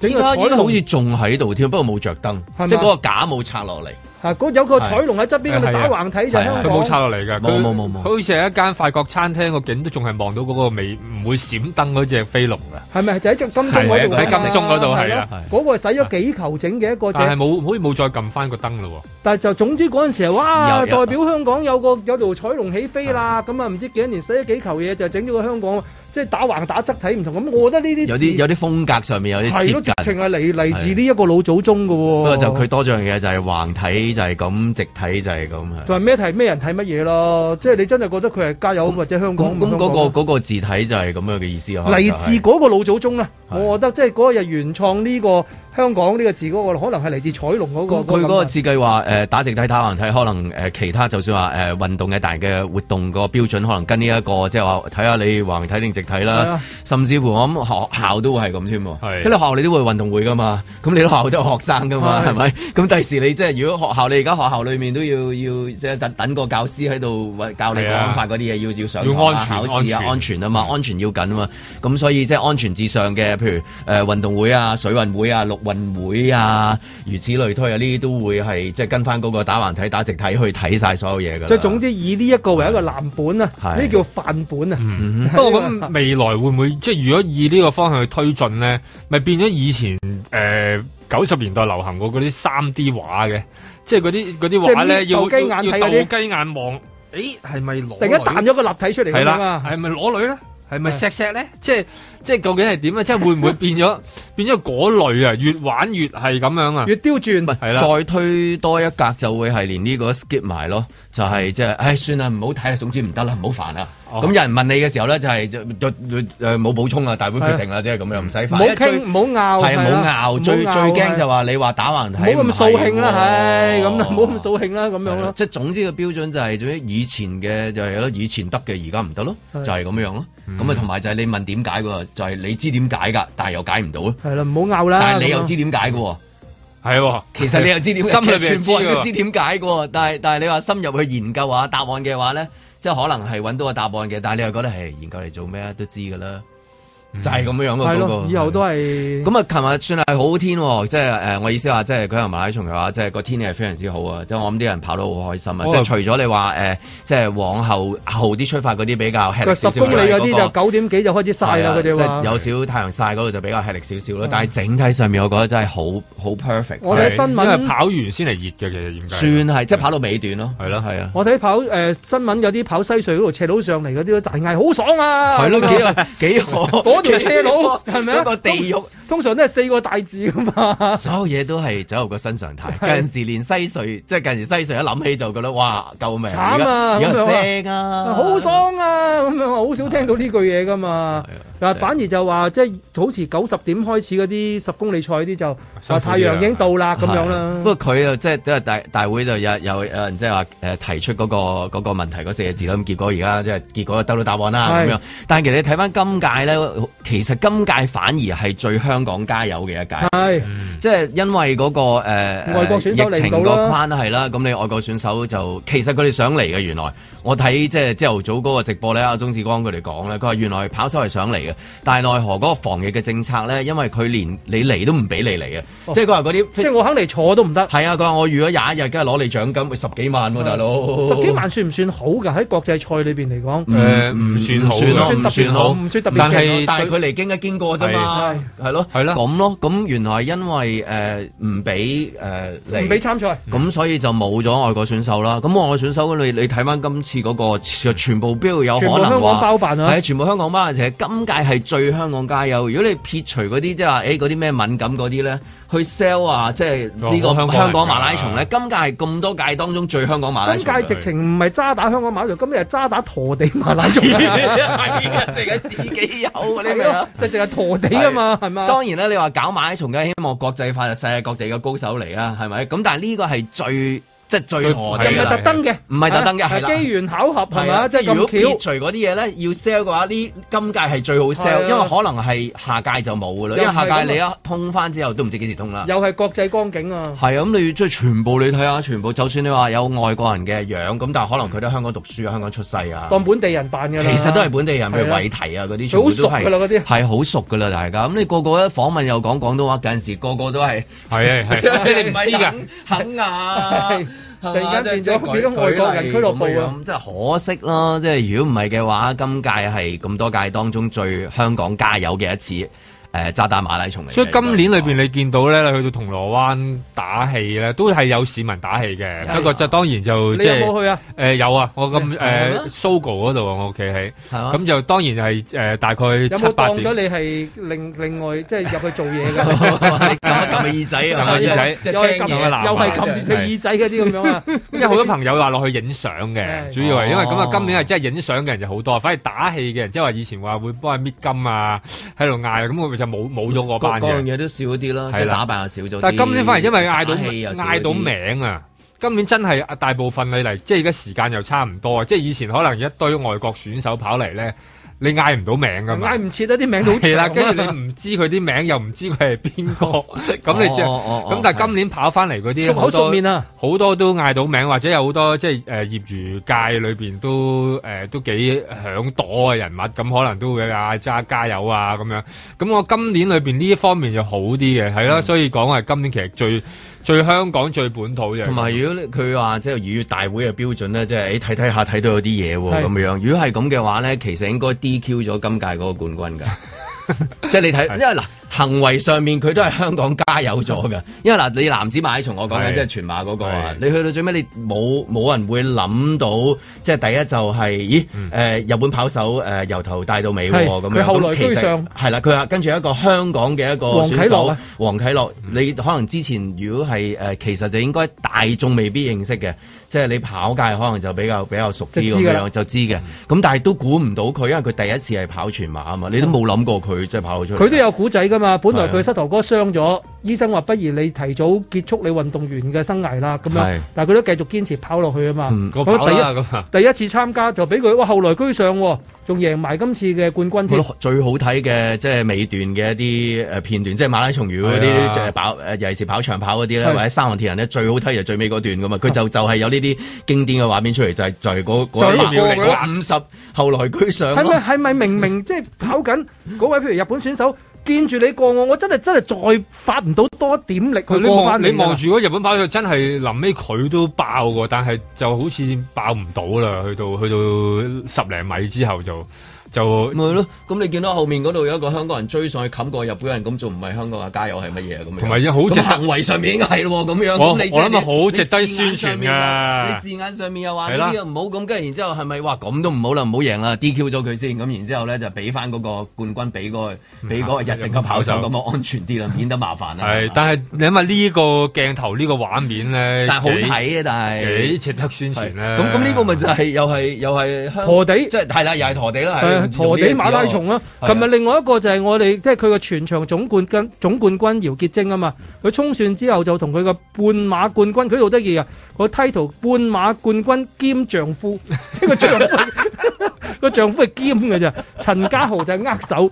D: 整
F: 依
D: 個
F: 家
D: 彩
F: 依家好
D: 龍
F: 似仲喺度添，不過冇着燈
D: 係，嘛
F: 即係嗰個架冇拆落嚟。
D: 啊嗰有個彩龍喺側邊，我哋打橫睇就
C: 係
D: 香
C: 佢
D: 港。
C: 冇拆落嚟㗎，
F: 冇
C: 佢
F: 冇冇冇
C: 好似係一間法國餐廳個景都仲係望到嗰個未唔會閃燈嗰只飛龍啊㗎。
D: 係咪就喺金鐘嗰度
C: 係啊喺金鐘嗰度係啊
D: 係
C: 係
D: 啦嗰個係使咗幾球整嘅一個
C: 但係
D: 隻，
C: 冇好似冇再撳翻個燈咯
D: 但係就總之嗰陣時係哇，
C: 有有
D: 代表香港有個有條彩龍起飛啦，咁啊唔知幾多年使咗幾球嘢就整咗個香港，即係打橫打側睇唔
C: 嗯
D: 同。咁我覺得呢啲
F: 有啲有啲風格上面有啲
D: 係咯，
F: 接
D: 直
F: 近
D: 情。係嚟嚟自呢一個老祖宗嘅喎。
F: 不過就佢多咗樣嘢，就係橫睇就係咁，直睇就係咁係。
D: 同埋咩睇咩人睇乜嘢咯？即係你真係覺得佢係加油或者香港
F: 咁咁嗰
D: 香港
F: 個嗰個字體就係咁樣嘅意思啊。可能就
D: 嚟
F: 係
D: 自嗰個老祖宗啦。我覺得即係嗰日原創呢個香港呢個字嗰個，可能係嚟自彩龍嗰個。啊
F: 佢嗰
D: 個
F: 個設啊計話誒打直睇打橫睇，可能誒其他就算話誒運動嘅大嘅活動個標準，可能跟呢一個即係話睇下你橫睇定直睇
D: 係
F: 啦
D: 啊。
F: 甚至乎我諗學校都會係咁添喎。即係你學校你都會運動會噶嘛，咁你學校都有學生噶嘛，
D: 係
F: 係咪？咁第時你即係如果學校你而家學校裡面都要要即係等等個教師喺度教你
C: 係啊
F: 講法嗰啲嘢，要要上堂
C: 要
F: 啊
C: 安全
F: 考試啊
C: 安全
F: 安全啊嘛，安全要緊啊嘛。咁所以即係安全至上嘅，譬如誒、呃、運動會啊、水運會啊、陸運會啊，如此類推啊，呢啲都會係即係跟翻嗰個打橫睇、打直睇去睇晒所有嘢㗎。
D: 即係總之以呢一個為一個藍本啊，
C: 係
D: 呢叫範本啊。
F: 嗯
C: 喎。不過咁未來會唔會即係如果以呢個方向去推進咧，咪變咗以前誒九十年代流行過嗰啲三 D 畫嘅，即係嗰啲嗰啲畫咧
D: 即係
C: 要
D: 搣鬥雞眼
C: 要要
D: 睇嗰啲
C: 鬥雞眼望，誒係咪攞
D: 突然間
C: 女
D: 彈咗個立體出嚟
C: 係
D: 㗎
C: 啦
D: 嘛，，
C: 係咪攞女咧？係咪錫錫咧？即係即係究竟係點啊？即係會唔會變 咗變咗嗰類啊？越玩越係咁樣啊？
D: 越刁轉
C: 係啦，
F: 再推多一格就會係連呢個都 skip 埋咯，就係即係，唉，算啦，唔好睇啦，總之唔得啦，唔好煩啦。
C: 哦
F: 咁有人問你嘅時候咧，就係就就就誒冇補充啊，大會決定啦，即係咁樣，唔使煩。
D: 唔好傾，唔好拗，
F: 係啊
D: 啦
F: 冇拗，最最驚就話你話打橫
D: 啊唔
F: 睇，
D: 好咁掃興啦，唉，咁啊啦，唔好咁
F: 掃。
D: 掃興啦，咁樣
F: 係啦
D: 咯。
F: 即係總之個標準就係總之以前嘅就係咯，以前得嘅而家唔得咯，就係
D: 係
F: 咁樣咯。
D: 嗯
F: 咁啊同埋就係你問點解喎，就係你知點解㗎，但係又解唔到咯。
D: 係啦，唔好拗啦。
F: 但係你又
D: 啊咁樣
F: 知點解㗎喎。
C: 係喎，
F: 其實你又知 點，
C: 心裏邊
F: 其實全部人都
C: 知
F: 知點
C: 㗎
F: 解嘅喎。但係但係你話深入去研究下答案嘅話咧，即係可能係揾到個答案嘅，但係你又覺得係研究嚟做咩啊？都知㗎啦，就係咁樣樣嘅嗰
D: 係嗯咯，
F: 個。
D: 以後都係
F: 咁啊，琴日算係好天喎，即係誒，我意思話，即係舉行馬拉松嘅啊話，即係個天氣係非常之好啊！即係我諗啲人跑得好開心啊！
D: 哦
F: 即係除咗你話誒，即係往後後啲出發嗰啲比較吃力
D: 十
F: 少少
D: 公里
F: 啦
D: 嗰
F: 嗰
D: 啲
F: 個
D: 就九點幾就開始晒啦，
F: 係啊
D: 佢哋
F: 即
D: 話哦
F: 係。有少太陽晒嗰度就比較吃力少少啦。但係整體上面，我覺得真係好好 perfect。
D: 我睇新聞
C: 因為跑完先嚟熱嘅，其實點解？
F: 算係即係跑到尾段咯。
C: 係咯，係啊。
D: 我睇跑誒、呃新聞有啲跑西隧嗰度斜佬上嚟嗰啲都大嗌好爽啊！
F: 係
D: 咁樣
F: 咯，幾幾好。
D: 嗰條斜 佬係咪啊？
F: 嗰個地獄
D: 通通常都係四個大字噶 嘛。
F: 所有嘢都係走入個新常態。
D: 係
F: 近時連西隧，即係近時西隧一諗起就覺得哇，救命！而
D: 慘
F: 家
D: 啊！
F: 而家
D: 咁
F: 正
D: 樣啊，好爽啊！咁樣我好少聽到呢句嘢噶嘛。
F: 啊
D: 嗱，反而就話即係好似九十點開始嗰啲十公里賽啲就話太陽已經到啦咁樣啦
F: 啊係。不過佢啊，即係都係大大會就有有有人即係話誒提出嗰、個嗰、個問題嗰四個字啦。咁結果而家即係結果得到答案啦
D: 係
F: 咁樣。但係其實你睇翻今屆咧，其實今屆反而係最香港加油嘅一屆。
D: 係
F: 即係因為嗰、個誒、呃
D: 外國選手
F: 疫
D: 嚟
F: 情
D: 唔到啦
F: 個關係啦，咁你外國選手就其實佢哋想嚟嘅。原來我睇即係朝頭早嗰個直播咧，阿鐘志光佢哋講咧，佢話原來跑手係想嚟嘅，但係奈何嗰個防疫嘅政策咧，因為佢連你嚟都唔俾你嚟嘅，即係佢話嗰啲
D: 哦即係我肯嚟坐都唔得。
F: 係啊，佢話我預咗廿一日，梗係攞你獎金，喂十幾萬喎、大佬，
D: 十幾萬算唔算好㗎？喺國際賽裏邊嚟講，
F: 嗯
C: 誒唔算好
F: 咯，
D: 唔算特別好唔算特別
F: 但
D: 正
F: 係
D: 咯
F: 但係佢嚟經一經過啫嘛，係咯，係咯，咁咯，咁原來因為係誒唔俾呃誒嚟，
D: 唔俾參賽。
F: 咁所以就冇咗外國選手啦。咁外國選手你你睇翻今次嗰、個全全部標有可
D: 全部
F: 能
D: 香港
F: 話
D: 包辦啊
F: 係全部香港包辦，其實今屆係最香港加油。如果你撇除嗰啲即係話誒嗰啲咩敏感嗰啲咧，去 sell 啊，即係呢個
D: 哦香港人
F: 香港馬拉松咧，今屆係咁多屆當中最香港馬拉松。
D: 今屆直情唔係渣打香港馬拉松，今日係渣打陀地馬拉松。
F: 係啊，自己有啊，你明
D: 係咯
F: 啊？
D: 就淨係陀地啊嘛，係嘛？
F: 當然啦，你話搞馬拉松嘅，希望國際化就世界各地嘅高手嚟啦，係咪？咁但係呢個係最即係最陀地
D: 唔係
F: 啦
D: 特登嘅，
F: 唔係特登嘅，係啦。
D: 係啊機緣巧合係
F: 係
D: 嘛？
F: 啊
D: 即係
F: 如果
D: 咁
F: 撇
D: 巧。
F: 除嗰啲嘢咧，要 sell 嘅話，呢今屆係最好
D: 係
F: sell，
D: 啊
F: 因為可能係下屆就冇噶啦，因為
D: 又係
F: 下屆你
D: 咁
F: 一通翻之後都唔知幾時通啦。
D: 又係國際光景啊！
F: 係啊，咁你即係全部你睇下，全部就算你話有外國人嘅樣，咁但係可能佢都喺香港讀書啊，香港出世啊。
D: 當本地人辦㗎啦，
F: 其實都係本地人，譬
D: 係
F: 如
D: 啊
F: 偉提啊嗰啲，
D: 佢
F: 全
D: 好
F: 部都
D: 熟㗎啦嗰
F: 係
D: 啲
F: 係好熟㗎啦，大家咁你個個咧訪問又講廣東話，有陣時個個都係
C: 係 係
F: 你唔知㗎，肯啊
D: 係，突然間變咗變咗外國人俱樂部啊！
F: 即係可惜啦，即係如果唔係嘅話，今屆係咁多屆當中最香港加油嘅一次誒渣打馬拉松嚟嘅。啊
C: 所以今年裏邊你見到咧，你去到銅鑼灣打氣咧，都係有市民打氣嘅。
D: 係
C: 不過就當然就
D: 你
C: 即係
D: 有冇去啊？
C: 誒有啊，我咁
D: 係咩
C: 誒 Sogo 嗰度啊，我屋企喺。
F: 嘛
C: 咁就當然係誒大概
D: 有
C: 七
D: 冇
C: 八
D: 當
C: 點
D: 咗。你係另另外即係入去做嘢㗎？
F: 撳一撳個耳 仔啊
C: 撳個耳仔，
F: 即係
D: 又係
F: 聽
D: 撳
F: 嘢
D: 又係撳住隻耳仔嗰啲咁樣啊！
C: 因為好 多朋友話落去影相嘅，主
F: 哦
C: 要係因為咁啊，今年係真係影相嘅人就好多，反而打氣嘅人即係話以前話會幫人搣金啊，喺度嗌，咁我咪就冇冇咗我
F: 嗰
C: 班
F: 嗰樣
C: 嘅。
F: 嘢都少咗啲啦，即
C: 係
F: 係
C: 啦
F: 打扮又少咗啲。
C: 但係今年反而因為嗌到
F: 打氣又少咗
C: 嗌到
F: 啲
C: 名啊，今年真係啊大部分你嚟，即係而家時間又差唔多啊，即係以前可能一堆外國選手跑嚟咧，你嗌唔到名噶嘛。
D: 嗌唔切得啲名都好長
C: 係
D: 啊
C: 啦，跟住你唔知佢啲名，又唔知佢係邊 個，咁你就
D: 哦哦哦
C: 咁。但係今年跑翻嚟嗰啲，
D: 熟口
C: 好多
D: 熟面啊，
C: 好多都嗌到名，或者有好多即係誒業餘界裏邊都誒、呃都幾響朵嘅人物，咁可能都會嗌加加油啊咁樣。咁我今年裏邊呢一方面就好啲嘅，係
F: 嗯
C: 啦，所以講係今年其實最最香港最本土嘅。
F: 同埋如果你佢話即係粵語大會嘅標準咧，即係誒睇睇下睇到有啲嘢
C: 係
F: 喎咁樣。如果係咁嘅話咧，其實應該 DQ 咗今屆嗰個冠軍 㗎。即係你睇，因為嗱行為上面佢都係香港加油咗㗎。因為嗱你男子馬拉松我講
C: 係
F: 緊即係全馬嗰個啊，你去到最尾你冇冇人會諗到，即係第一就係、咦誒、日本跑手誒、由頭帶到尾喎
D: 嗯係
F: 咁樣。
D: 佢後
F: 咁
D: 來
F: 其實
D: 居上
F: 係啦，佢啊跟住一個香港嘅一個
D: 黃啟
F: 選
D: 樂
F: 手
D: 啊。
F: 黃啟樂，
C: 嗯
F: 你可能之前如果係誒、呃其實就應該大眾未必認識嘅，即係你跑界可能就比較比較熟啲
D: 就知㗎
F: 咁
D: 啦
F: 樣就知嘅。
C: 嗯
F: 咁但係都估唔到佢，因為佢第一次係跑全馬啊嘛，你都冇諗過佢即係跑到出嚟。
D: 嗯佢都有古仔噶嘛，本來
F: 係
D: 佢
F: 啊
D: 膝頭哥傷咗，醫生話不如你提早結束你運動員嘅生涯啦咁樣
F: 係，
D: 但係佢都繼續堅持跑落去啊嘛。
F: 嗯
D: 咁
C: 我跑啦
D: 第一
C: 咁啊
D: 第一次參加就俾佢，哇後來居上喎，仲贏埋今次嘅冠軍
F: 我覺
D: 添
F: 得。最好睇嘅即係尾段嘅一啲誒呃片段，即係馬拉松如果嗰
C: 係啊
F: 啲就係跑誒，尤其是跑長跑嗰啲咧，
C: 係
F: 或者三項鐵人咧，最好睇就最尾嗰段噶嘛。佢就就係有呢啲經典嘅畫面出嚟，就係就係嗰
D: 就係嗰個
F: 嗰五十後來居上咯。
D: 係咪係咪明明 即係跑緊嗰位譬如日本選手見住你過我，我真係真係再發唔到多一點力去
C: 佢你
D: 過
C: 望
D: 翻
C: 你
F: 啊
D: 㗎啦
C: 望住嗰日本跑手真係臨尾佢都爆過，但係就好似爆唔到啦，去到去到十零米之後就就
F: 咪咯，咁你見到後面嗰度有一個香港人追上去冚過日本人，咁仲唔係香港嘅加油係乜嘢啊？咁樣
C: 同埋有好
F: 咁
C: 值得
F: 行為上面應該係咯，咁樣
C: 我
F: 咁你
C: 我諗啊
F: 即係
C: 好值得
F: 你字眼上面啊
C: 宣傳㗎
F: 你字眼上面又話
C: 係
F: 呢
C: 啦
F: 啲又唔好咁，跟住然之後係咪哇咁都唔好啦，唔好贏啦，DQ 咗佢先，咁然之後咧就俾翻嗰個冠軍俾嗰
C: 嗯
F: 個俾嗰個日籍嘅跑手咁啊，安全啲啦，免得麻煩啦。
C: 係，但係你諗下呢個鏡頭呢個畫面咧，
F: 但係好睇
C: 幾
F: 啊但係
C: 幾值得宣傳啊咧。
F: 咁咁呢個咪就係又係又係香
D: 陀地
F: 即係係啦，又係陀地啦，
D: 係啊
F: 係
D: 陀地馬拉松啦，
F: 係啊
D: 琴日另外一個就係我哋即係佢個全場總冠軍總冠軍姚潔晶啊嘛，佢衝線之後就同佢個半馬冠軍，佢好得意啊，個 title 半馬冠軍兼丈夫， 即係 個丈夫個丈夫係兼嘅咋，陳家豪就係握 手，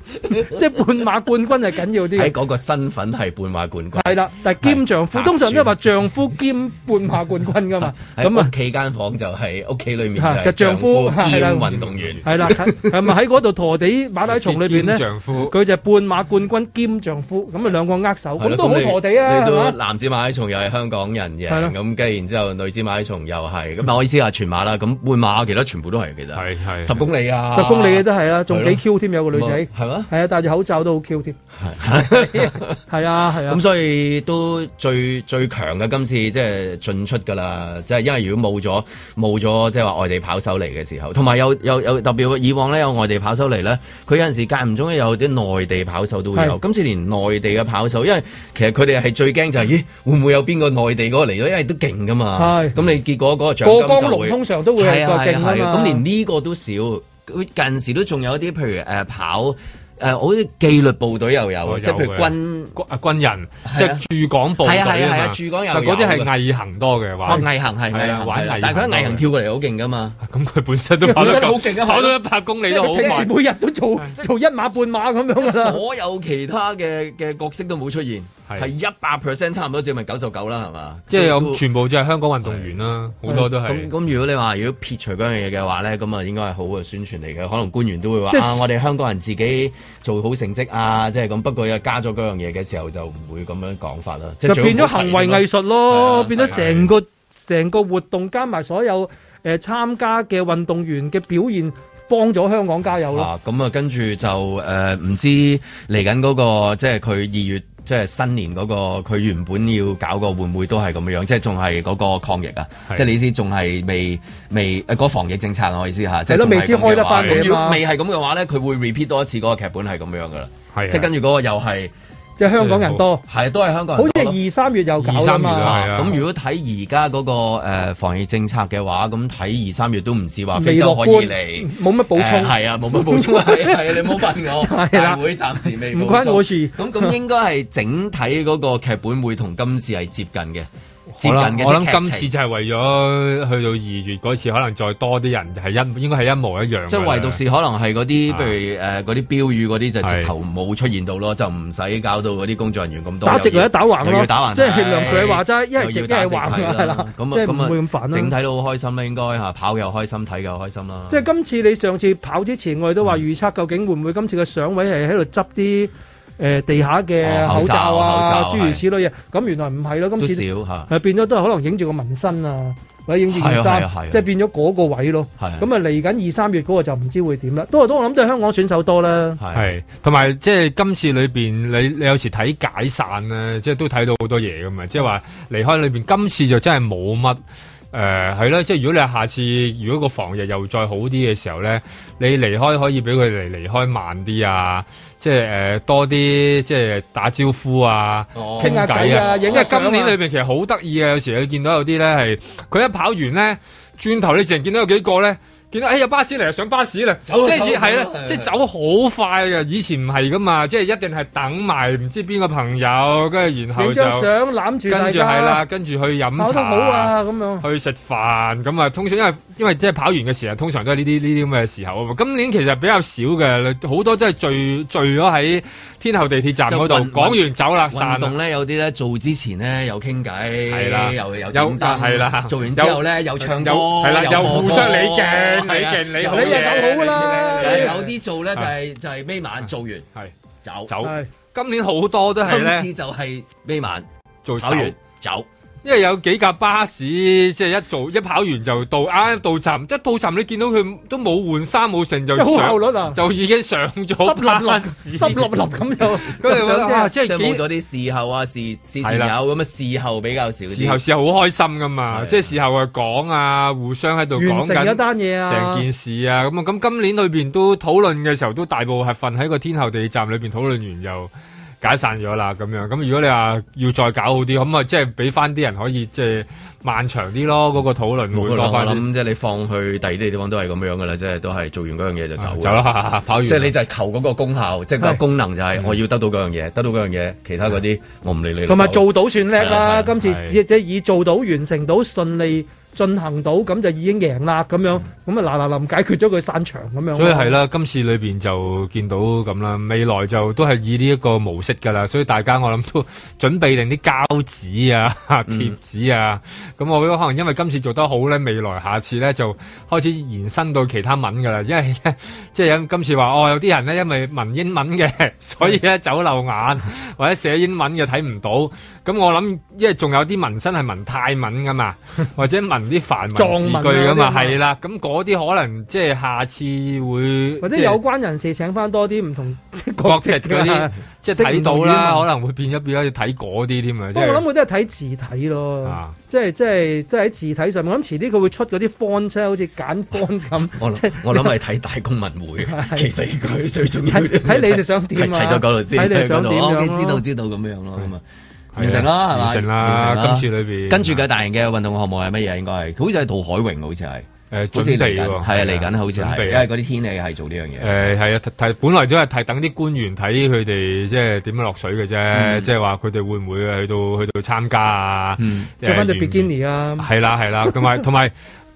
D: 即係半馬冠軍係緊要啲
F: 喺
D: 嘅。
F: 嗰個身份係半馬冠軍。
D: 係啦，但係兼丈夫
F: 係
D: 通常都係話丈夫兼半馬冠軍 噶嘛，咁
F: 咁
D: 啊
F: 啊，。企間房就係屋企裏面
D: 嚇
F: 就
D: 就
F: 係
D: 丈
F: 丈夫
D: 夫係啦
F: 兼運動員。
D: 係啦，係咪喺嗰度陀地馬拉松裏邊咧？
F: 兼丈夫
D: 佢就係半馬冠軍兼丈夫，咁啊兩個握
F: 係
D: 手，咁
F: Ờ. 咯
D: 都好
F: 你
D: 陀地啊，
F: 你
D: 係
F: 都
D: 嘛？
F: 男子馬拉松又係香港人贏，
D: 係咯
F: 咁啊跟然之後女子馬拉松又係。咁但我意思話全馬啦，咁半馬其他全部都係其實。
C: 係係
F: 十公里里啊，
D: 十公里嘅都係啊，仲幾 Q 添，有個女仔
F: 咪係咩？
D: 係啊，戴住口罩都好 Q 添，係啊係啊
F: 咁。所以都最最強嘅今次即係進出㗎啦，即係因為如果冇咗冇咗即係話外地跑手嚟嘅時候，同埋有有有特別以往咧有外地跑手嚟咧，佢有陣時間唔中有啲內地跑手都會有
D: 係，
F: 今次連內地嘅跑手，因為其實佢哋係最驚就係、咦會唔會有邊個內地嗰個嚟咗，因為都勁㗎嘛，
D: 係
F: 咁你結果嗰個獎
D: 過
F: 金
D: 江
F: 就
D: 龍
F: 會
D: 通常都會係
F: 係
D: 個
F: 啊係
D: 勁
F: 啊
D: 啊
F: 係啊
D: 嘛
F: 咁連呢個都少，佢近時都仲有啲譬如誒、呃跑誒、呃好似紀律部隊又有啊，即係譬如軍。
C: 軍啊軍人，
F: 係啊
C: 即係駐港部隊
F: 係啊係啊係啊
C: 嘛
F: 駐港又
C: 但嗰啲
F: 有
C: 係
F: 嘅
C: 毅行多嘅
F: 哦
C: 玩，
F: 毅行係
C: 係
F: 毅
C: 啊
F: 行，
C: 玩
F: 係啊
C: 毅
F: 但係佢喺毅
C: 多
F: 行
C: 嘅
F: 跳過嚟好勁噶嘛，
C: 咁佢本身都跑
F: 本
C: 得
F: 身好
C: 咁
F: 勁啊
C: 跑到一百公里
D: 即
C: 都
D: 係
C: 好
D: 佢平時
C: 快。
D: 每日都做做一馬半馬咁樣
F: 即係
D: 㗎啦。
F: 所有其他嘅嘅角色都冇出現，係一百 percent 差唔多，只咪九十九啦，係嘛？
C: 即係有
F: 都
C: 全部就係香港運動員啦，好多都
F: 咁
C: 係。
F: 咁，如果你話如果撇除嗰樣嘢嘅話咧，咁啊應該係好嘅宣傳嚟嘅，可能官員都會
C: 即
F: 話
C: 係
F: 啊，我哋香港人自己做好成績啊，即係咁。不過又加咗嗰樣嘢嘅時候，就唔會咁樣講法啦，即係
D: 就
F: 最好
D: 變咗
F: 提啊
D: 行為
F: 咯
D: 藝術咯，變咗成個成個活動加埋所有誒、呃、參加嘅運動員嘅表現，幫咗香港加油咯。
F: 啊，咁啊，跟住就誒唔、知嚟緊嗰個，即係佢二月。即係新年嗰、個，佢原本要搞個會唔會都係咁樣，即係仲係嗰個抗疫啊！
C: 係
F: 即係你意思仲係未未誒嗰、防疫政策啊我意思嚇，即
D: 係
F: 係
D: 咯
F: 仲係
D: 未
F: 咁
D: 知
F: 嘅
D: 開得
F: 話
D: 返嚟啊
F: 咁如果
D: 嘛
F: 未係咁嘅話咧，佢會 repeat 多一次嗰個劇本係咁樣噶啦，
C: 係啊
F: 即係跟住嗰個又係
D: 即係香港人多，
F: 係都係香港人
D: 好似
F: 多咯啊
D: 係二三月啊又搞啦嘛。
F: 咁如果睇而家嗰個誒防疫政策嘅話，咁睇二三月都唔似話非
D: 未
F: 洲
D: 樂
F: 可
D: 觀
F: 以嚟，，
D: 冇乜補充。
F: 誒係啊，冇 乜補充，係係啊你冇問我，
D: 係啦
F: 大會暫時未補充
D: 唔關我事
F: 咁咁應該係整體嗰個劇本會同今次係接近嘅，接
C: 我
F: 近
C: 諗
F: 嘅。
C: 我
F: 即
C: 諗
F: 係劇
C: 今次
F: 情
C: 就係為咗去到二月嗰次，可能再多啲人係一應該係一模一樣㗎啦。
F: 即係唯獨是可能係嗰啲，
C: 啊
F: 譬如誒嗰啲標語嗰啲就直
C: 係
F: 頭冇出現到咯，就唔使搞到嗰啲工作人員咁多
D: 打直
F: 又要
D: 或者打橫咯
F: 又要打橫，
D: 即係梁朝偉話齋一係
F: 又
D: 直
F: 要打
D: 一係橫啊
F: 係
D: 係 啦
F: 咁
D: 即
F: 啊
D: 係唔
F: 咁啊
D: 會咁煩啦
F: 整體都好開心啦，應該嚇跑又開心，睇又開心啦。
D: 即係今次你上次跑之前，我哋都話預測究竟會唔會今次嘅上位係喺度執啲誒地下嘅
F: 哦口
D: 口
F: 罩
D: 罩啊，
F: 口罩
D: 諸如此類嘢。咁原來唔係咯，今
F: 都
D: 次
F: 少嚇。
D: 係變咗都係可能影住個紋身啊，或者影住件
F: 係
D: 衫
F: 啊係啊係啊，
D: 即係變咗嗰個位咯。
F: 係啊
D: 咁啊嚟緊二三月嗰個就唔知會點啦。都係都我諗都係香港選手多啦。
C: 係，同埋即係今次裏邊，你你有時睇解散咧，即係都睇到好多嘢噶嘛。即係話離開裏邊，今次就真係冇乜。誒係啦，即係如果你下次如果個防疫又再好啲嘅時候咧，你離開可以俾佢哋離開慢啲啊，即係誒、呃多啲即係打招呼啊，
F: 哦
C: 傾偈
D: 傾下偈啊影
C: 因
D: 下
C: 為
D: 相啊
C: 今年裏邊其實好得意啊，有時你見到有啲咧係佢一跑完咧，轉頭你淨係見到有幾個咧。見到哎有巴士嚟，上巴士啦，即
F: 走
C: 係
F: 走
C: 係啦
F: 走，
C: 即係走好快嘅。以前唔係噶嘛，即係一定係等埋唔知邊個朋友，跟住然後
D: 影
C: 就
D: 張相攬住大
C: 跟住係啦，
D: 家，
C: 跟住去飲茶，
D: 跑得好啊咁樣。
C: 去食飯咁啊，通常因為因為即係跑完嘅時候，通常都係呢啲呢啲咁嘅時候啊嘛。今年其實比較少嘅，好多都係聚聚咗喺天后地鐵站嗰度，
F: 就運
C: 講完走啦，
F: 運
C: 散啦
F: 動。咧有啲咧做之前咧又傾偈，
C: 係啦
F: 又又
C: 有
F: 點燈
C: 係啦
F: 做完之後咧又唱歌，
C: 有係啦
F: 又
C: 又
F: 播
C: 互
F: 歌
C: 相你勁你
F: 係啊
C: 勁你
F: 有
C: 好
F: 啲
D: 你又
C: 嘢
D: 搞好㗎啦
C: 你你你
F: 有啲做咧就係就係尾晚做完
C: 係
F: 走
C: 走
D: 係
C: 今年好多都係
F: 今
C: 咧
F: 次就係尾晚
C: 做
F: 跑
C: 走
F: 完走。
C: 因為有幾架巴士，即係一做一跑完就到，啱啱到站，一到站你見到佢都冇換衫冇剩就
D: 即係好
C: 上
D: 效率啊
C: 就已經上
D: 濕
C: 咗
D: 立立
C: 巴士，
D: 濕立立咁
C: 跟住
D: 就咁
C: 覺得啊，
D: 樣
C: 即
F: 即係
C: 係
F: 冇
C: 幾
F: 咗啲事後啊，事事前
C: 係
F: 有
C: 啦
F: 咁啊，事後比較少
C: 事後
F: 啲。
C: 事後好開心噶嘛，
F: 係
C: 即係事後啊講啊，互相喺度
D: 啫，完
C: 講
D: 成一
C: 緊
D: 單嘢啊
C: 成。件事啊，咁啊咁今年裏邊都討論嘅時候都大部係瞓喺個天后地鐵站裏邊討論完又解散咗啦咁樣，咁如果你話要再搞好啲，咁啊即係俾翻啲人可以即係漫長啲咯，嗰個討論
F: 冇㗎
C: 會
F: 啦
C: 多
F: 我
C: 翻啲。啊
F: 諗即係你放去第二啲地方都係咁樣噶啦，即係都係做完嗰樣嘢就走㗎
C: 走啦，
D: 哎
C: 跑完
F: 即係你就係求嗰個功效，即係嗰個功能就係我要得到嗰樣嘢，得到嗰樣嘢，其他嗰啲我唔理你。
D: 嗯同埋做到算叻
F: 係
D: 啦，
F: 啊係
D: 今次
C: 係
D: 即即係以做到完成到順利進行到，咁就已經贏啦咁樣，咁啊嗱嗱臨解決咗佢散場咁樣咯。
C: 所以係啦，今次裏邊就見到咁啦，未來就都係以呢一個模式㗎啦，所以大家我諗都 準備定啲膠紙啊、 貼紙啊，咁、我覺得可能因為今次做得好咧，未來下次咧就開始延伸到其他文㗎啦，因為 咧即係有今次話哦，有啲人咧因為文英文嘅， 所以咧走漏 眼或者寫 英文嘅睇唔到，咁我諗因為仲有啲紋身係紋泰文㗎嘛，或者紋行啲繁文
D: 藏
C: 字
D: 文啊
C: 句噶
D: 嗰啲啊
C: 嘛，
D: 嘛
C: 係啦，咁嗰啲可能即係下次會
D: 或者
C: 即係
D: 有關人士請翻多啲唔同即係
C: 國
D: 國籍
C: 籍嗰
D: 嘅
C: 啲，即係睇到
D: 識唔
C: 啦，
D: 同語
C: 可
D: 文
C: 能會變一變咗要睇嗰啲添啊，即
D: 不過我諗
C: 係
D: 佢都係睇字體咯
C: 啊，
D: 即係即係即係喺字體上面。我諗遲啲佢會出嗰啲 font，即係好似揀 font 咁。
F: 我
D: 即係
F: 諗我諗係睇大公文 會，其實佢最重要
D: 睇睇你哋想點啊
F: 睇咗嗰度先，
D: 睇你哋想點樣
F: 睇咗嗰度哦
D: 咯
F: OK，知道知道咁樣咯，咁啊。
C: 係
F: 完成啦，係嘛？
C: 完成啦
F: 完成
C: 今次裏邊
F: 跟住嘅大型嘅運動項目係乜嘢？應該係好似係杜海泳，好似係
C: 誒
F: 好似嚟緊
C: 準備
F: 係
C: 喎
F: 啊嚟
C: 係啊
F: 緊，好似
C: 準
F: 係，
C: 備啊
F: 因為嗰啲天氣係做呢樣嘢。
C: 誒係啊，睇睇本來都係睇等啲官員睇佢哋即係點樣落水嘅啫，
F: 嗯
C: 即係話佢哋會唔會去到去到參加啊？誒
D: 着翻對
C: 完
D: bikini 啊，
C: 係啦係啦，同埋同埋。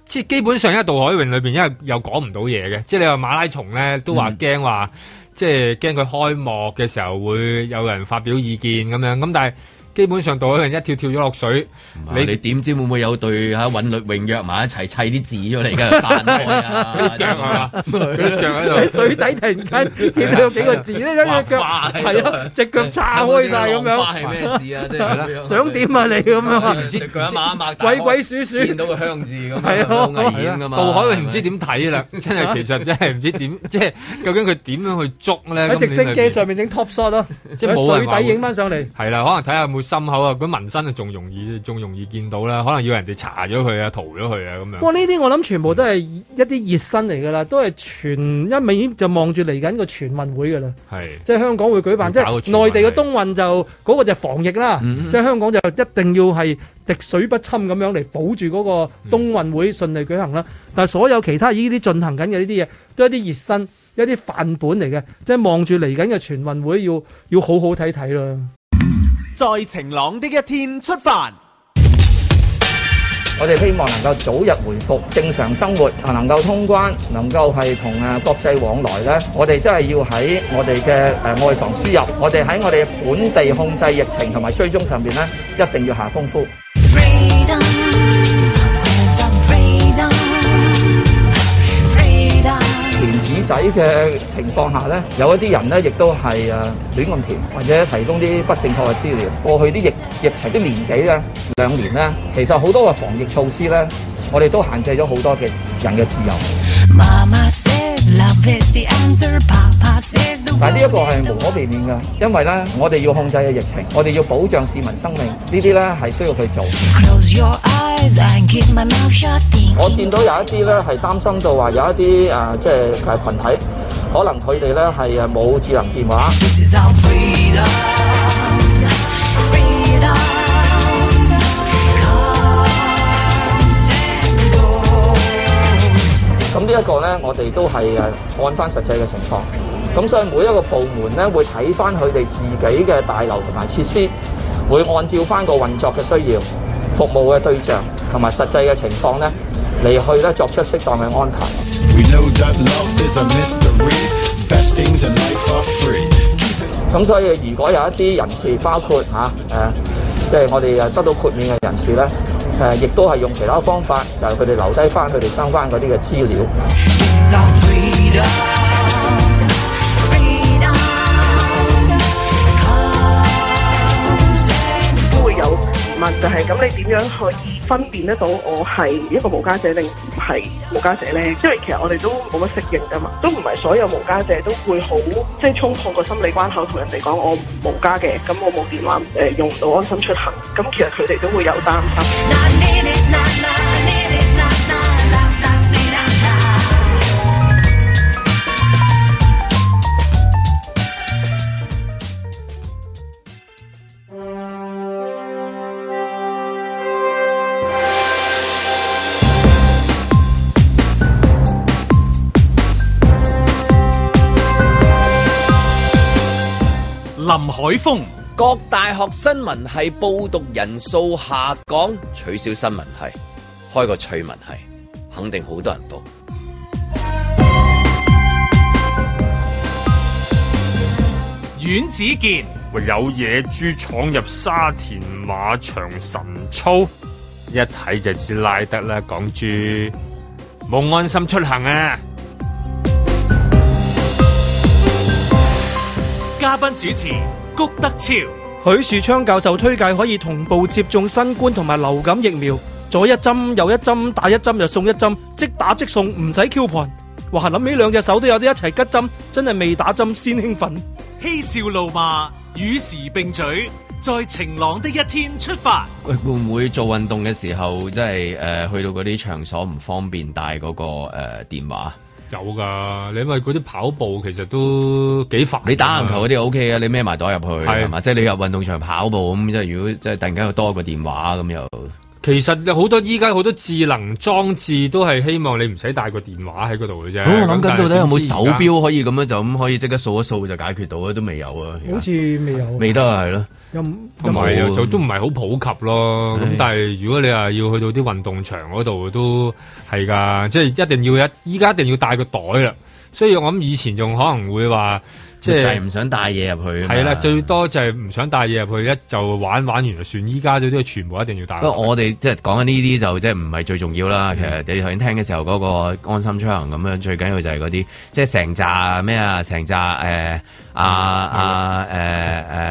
C: 即係基本上，一杜海泳裏邊，因為又講唔到嘢嘅，即係你話馬拉松咧，都話驚話，即係驚佢開幕嘅時候會有人發表意見咁樣。咁但係基本上杜海泳一跳跳咗落水，
F: 你你點知會唔會有對嚇韻律泳約埋一齊砌啲字出嚟㗎？散開 啊！
C: 腳係嘛？佢腳喺度
D: 喺水底突然間見到有幾個字咧，一隻腳
F: 哇
D: 係啊，隻腳叉開晒咁
F: 花
D: 樣
F: 係。咩字啊？即係咁樣
D: 想點啊你咁樣啊
F: 唔知佢一抹一抹打開
D: 鬼鬼祟祟
F: 見到個香字咁
C: 係
F: 樣，好危險㗎嘛。
C: 杜海榮唔知點睇啦，真係其實真係唔知點，即係究竟佢點樣去捉咧？
D: 喺直
C: 今年
D: 升
C: 裏
D: 機
C: 邊
D: 上面整 top shot 咯，
C: 即係
D: 喺
C: 冇人
D: 水
C: 話會嗯
D: 底影翻上嚟。
C: 係啦，可能睇下有冇心口啊，咁紋身啊仲容易，仲容易見到啦，可能要人哋查咗佢啊，塗咗佢啊咁
D: 不
C: 樣。
D: 過呢啲我諗全部都係一啲熱身嚟㗎啦，都係全一明顯就望住嚟緊個全運會㗎啦。
C: 係
D: 即係香港會舉辦，即
C: 搞個
D: 係
C: 全運
D: 內地嘅冬運就嗰、個就防疫啦，
C: 嗯
D: 即係香港就一定要係滴水不侵咁樣嚟保住嗰個冬運會順利舉行啦。但係所有其他呢啲進行緊嘅呢啲嘢，都係一啲熱身、一啲範本嚟嘅，即係望住嚟緊嘅全運會要要好好睇睇啦。
E: 在晴朗的一天出發。
K: 我哋希望能夠早日回復正常生活，啊能夠通關，能夠係同啊誒國際往來咧，我哋真係要喺我哋嘅誒外防輸入，我哋喺我哋本地控制疫情同埋追蹤上邊咧，一定要下功夫。甜子仔嘅情況下咧，有一啲人咧亦都係誒呃亂咁填，或者提供啲不正確嘅資料。過去啲疫疫情啲年幾咧，兩年咧，其實好多嘅防疫措施咧，我哋都限制咗好多嘅人嘅自由。但係呢一個係無可避免嘅，因為咧我哋要控制嘅疫情，我哋要保障市民生命，呢啲咧係需要去做。我見到有一啲咧係擔心到話有一啲誒、呃即係誒羣體，可能佢哋咧係誒冇智能電話。咁呢一個咧，我哋都係誒按翻實際嘅情況。咁所以每一個部門咧會睇翻佢哋自己嘅大樓同埋設施，會按照翻個運作嘅需要、服務嘅對象同埋實際嘅情況咧嚟去咧作出適當嘅安排。
H: We know that love is a mystery. Best things in life are free.
K: 咁所以如果有一啲人士，包括嚇誒、呃即係我哋誒得到豁免嘅人士咧，誒、亦都係用其他方法，就係佢哋留低翻佢哋相關嗰啲嘅資料。
L: 都會有問，就係咁你點樣可以分辨得到我係一個無家者定唔係無家者呢？因為其實我哋都冇乜適應噶嘛，都唔係所有無家者都會好即係衝破個心理關口同人哋講我無家嘅，咁我冇電話誒、呃用唔到安心出行，咁其實佢哋都會有擔心。
B: 林海峰，各大學新聞系報讀人數下降，取消新聞系，開個趣聞系，肯定好多人報。
A: 阮子健，
M: 喂，有野豬闖入沙田馬場神操，一睇就知拉得啦，港豬冇安心出行啊！
A: 嘉賓主持谷德超，
N: 許樹昌教授推介可以同步接種新冠同埋流感疫苗，
D: 左一針右一針打一針又送一針，即打即送唔使 coupon。哇！諗起兩隻手都有啲一齊吉針，真係未打針先興奮。
A: 嬉笑怒罵，與時並舉，在晴朗的一天出發。
F: 喂，會唔會做運動嘅時候，即係誒去到嗰啲場所唔方便帶嗰個誒電話？
C: 有㗎，你因為嗰啲跑步其實都幾煩。
F: 你打籃球嗰啲 O K 啊，你孭埋袋入去
C: 係
F: 係嘛？即係你入運動場跑步咁，即係如果即係突然間又多個電話咁又。
C: 其實有好多依家好多智能裝置都係希望你唔使帶個電話喺嗰度嘅啫。
F: 咁哦我諗緊到底有冇手
C: 咁但係點知而
F: 錶可以咁樣就咁可以即刻掃一掃就解決到啊？都未有啊，
D: 好似未有，
F: 未得啊，係咯。
D: 又唔
C: 同埋又就都唔係好普及咯，咁
F: 啊係
C: 但係如果你話要去到啲運動場嗰度都係㗎，即係一定要一依家一定要帶個袋啦。所以我諗以前仲可能會話，即
F: 就係
C: 係
F: 唔想帶嘢入去啊嘛。
C: 係啦，最多就係唔想帶嘢入去，一就玩玩完就算。依家嗰啲全部一定要帶
F: 不
C: 落
F: 過
C: 去。
F: 我哋即係講緊呢啲就即係唔係最重要啦。其實你頭先聽嘅時候嗰個安心出行咁樣，最緊要就係嗰啲即係成扎咩啊，成扎誒啊啊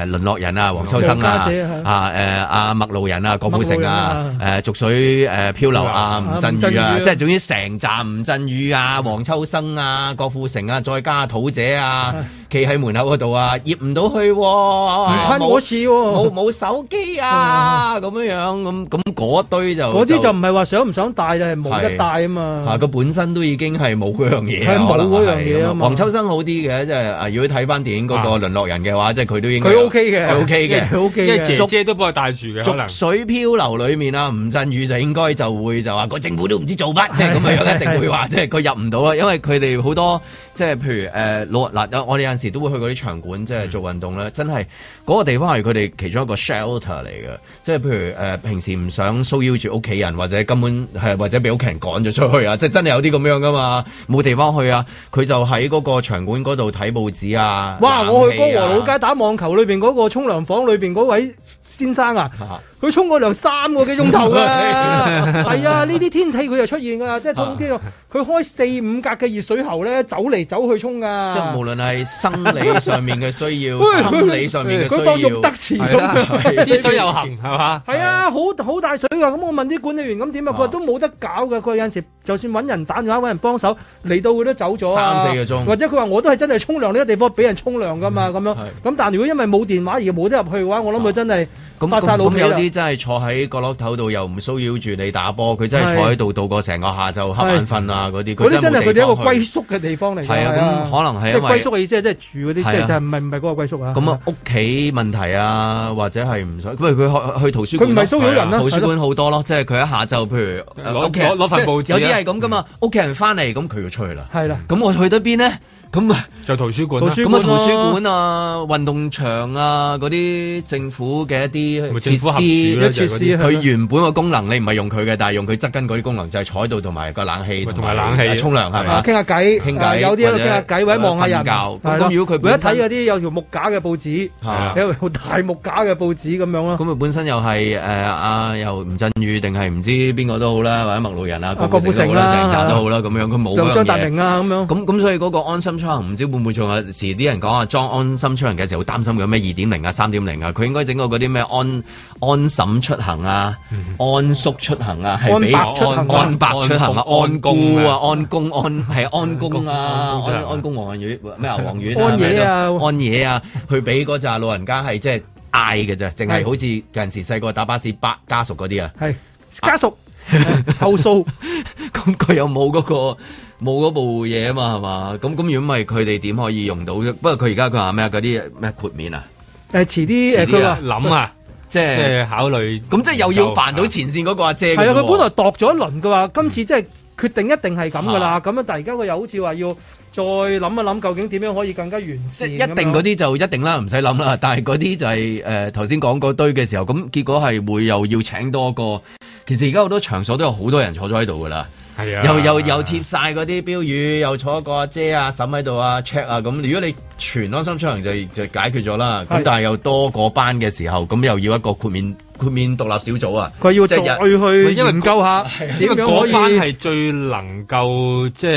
F: 誒誒淪落人啊，黃秋生
B: 楊家
F: 啊
B: 姐係
F: 啊誒啊麥路人啊，郭富城啊
B: 郭富城
F: 誒濁水誒漂流啊，
B: 啊
F: 吳鎮宇
B: 吳鎮
F: 啊
B: 宇，啊
F: 即係總之成扎吳鎮宇啊、黃秋生啊、郭富城啊，再加土姐啊，企喺門口嗰度啊，醃唔到去
D: 唔
F: 喎，啊
D: 關我事喎
F: 冇冇手機啊咁樣樣咁咁嗰堆就
D: 哦嗰啲就唔係話想唔想帶，就係冇得帶啊嘛。
F: 啊，佢本身都已經係冇嗰樣嘢啊，
D: 係冇
F: 可能係
D: 嗰樣嘢啊嘛啊
F: 黃秋生好啲嘅，即係啊，如果睇翻電影嗰個淪落人嘅話，即係佢都應該
D: 佢 OK 嘅
F: 啊佢 OK 嘅，
D: 佢 OK 嘅
F: 因為
C: 姐姐都幫佢帶住嘅，可能
F: 濁水漂流裏面啊，吳鎮宇就應該就會就話個政府都唔知做 乜，即係咁樣樣一定會話，即係佢入唔到啦，因為佢哋好多即係譬如誒老嗱，我哋有陣時都會去嗰啲場館即
D: 嗯
F: 係做運動咧，真係嗰個地方係佢哋其中一個 shelter 嚟嘅，即係譬如誒平時唔想騷擾住屋企人，或者根本係或者俾屋企人趕咗出去啊，即係真係有啲咁樣噶嘛，冇地方去啊，佢就喺嗰個場館嗰度睇報紙啊，
D: 哇！我去
F: 冷氣
D: 歌
F: 啊
D: 和老街打網球裏邊嗰個沖涼房裏邊嗰位先生啊，佢沖過涼三個幾鐘 頭㗎，係啊！呢啲天氣佢就出現㗎，即係通
F: 啊
D: 機佢開四五格嘅熱水喉咧，走嚟走去沖㗎。
F: 即係無論係生理上面嘅需要
D: 喂、
F: 心理上面嘅需
D: 佢當
F: 要，
D: 用得詞咁
F: 係啊啦
D: 樣
C: 啲水又行係嘛？
D: 係啊，好好大水㗎。咁我問啲管理員咁點啊？佢話都冇得搞㗎。佢話有陣時就算揾人打電話揾人幫手，嚟到佢都走咗啊
F: 三四個鐘嗯
D: 或者佢話我都係真係沖涼呢個地方俾人沖涼㗎嘛咁樣。咁但如果因為冇電話而冇得入去嘅話，我
F: 啊
D: 諗佢真係
F: 咁
D: 發晒
F: 咁咁
D: 腦皮
F: 有
D: 啦。
F: 啲真係坐喺角落頭度又唔騷擾住你打波，佢真係坐喺度度過成個下晝瞌眼瞓啊嗰啲，
D: 嗰啲真係佢哋
F: 冇
D: 一個
F: 地方去
D: 歸宿嘅地方嚟㗎。
F: 係啊咁可能係
D: 即係
F: 因為
D: 歸宿嘅意思係即係住嗰啲，
F: 係啊
D: 即係但係唔係唔係嗰個歸宿啊。
F: 咁啊，屋企問題啊，或者係唔想，譬如佢去去圖書
D: 佢
F: 館
D: 唔
F: 咯，
D: 係騷擾人啦
F: 係
D: 啊
F: 圖書
D: 係
F: 館
D: 咯
F: 好多咯，即係佢一下晝，譬如呃
C: 攞
F: 屋企人
C: 攞攞份報紙
F: 即
C: 啊
F: 係有啲係咁噶嘛，屋企人翻嚟咁佢要出去啦，
D: 係啦。
F: 咁我去得邊呢？咁啊，
C: 就圖書館啦
F: 咁啊，圖書館啊、運動場啊、嗰啲政府嘅一
C: 咪
F: 啲
C: 啊政府
F: 設
C: 合署啦
F: 施，
C: 就係嗰啲
F: 佢原本個功能你唔係用佢嘅，但係用佢側跟嗰啲功能就係坐喺度同埋個冷氣
C: 同埋冷氣
F: 啊沖涼係嘛
D: 啊，傾？下偈，
F: 傾偈
D: 啊有啲喺
F: 或
D: 度
F: 者
D: 傾下偈，或者望下人。
F: 瞓覺咁
D: 係啦
F: 咁如果佢
D: 一
F: 本身
D: 睇嗰啲有條木架嘅報紙，
F: 係啊
D: 有條大木架嘅報紙咁樣咯。
F: 咁佢本身又係誒啊，又吳鎮宇定係唔知邊個都好啦，或者麥路人啊、
D: 啊
F: 郭富城都好
D: 郭
F: 啦、啊
D: 富城
F: 成
D: 啦
F: 扎都好啦，咁樣佢冇
D: 又
F: 嗰樣
D: 張達明
F: 嘢。
D: 啊咁樣。
F: 咁咁所以嗰個安心出行唔知會唔會仲有時啲人講啊裝安心出行嘅時候好擔心有咩二點零啊三點零啊，佢應該整個嗰啲咩安安審出行啊、安叔出行啊，係俾
B: 安白
C: 哦
B: 出行啊
F: 安白出行啊、安
B: 安公
F: 姑
B: 啊
F: 啊、安公安係安公啊、安安公黃院咩 啊黃院啊
B: 安野啊
F: 咩都安野啊，去俾嗰扎老人家係即係嗌嘅啫，淨係好似有陣時細個打巴士八家屬嗰啲啊。
D: 係家屬投訴，
F: 咁佢又冇嗰個冇嗰部嘢啊嘛，係嘛？咁咁如果唔係佢哋點可以用到啫？不過佢而家佢話咩啊嗰啲咩豁免啊？
D: 誒遲啲誒
F: 遲啲
D: 佢話
F: 啊諗啊，即
C: 即係考慮。
F: 咁即係又要煩到前線嗰個阿姐
D: 係啊，佢本來度咗一輪，佢話今次即係決定一定係咁噶啦。咁樣，但係而家佢又好似話要再諗一諗，究竟點樣可以更加完善咁樣。
F: 一定嗰啲就一定啦，唔使諗啦。但係嗰啲就係誒頭先講嗰堆嘅時候，咁結果係會又要請多個。其實而家好多場所都有好多人坐咗喺度噶啦。
C: 係啊，
F: 又又又貼晒嗰啲標語，又坐一個阿姐啊、嬸喺度啊、check 啊咁。如果你全安心出行就就解決咗啦。咁
B: 係
F: 但係又多嗰班嘅時候，咁又要一個豁免豁免獨立小組啊，
D: 佢要
F: 即
D: 再
F: 係日
D: 去
C: 因為啊
D: 研究下
C: 因
D: 點
C: 為
D: 樣可
C: 嗰班
D: 以。
C: 係最能夠即係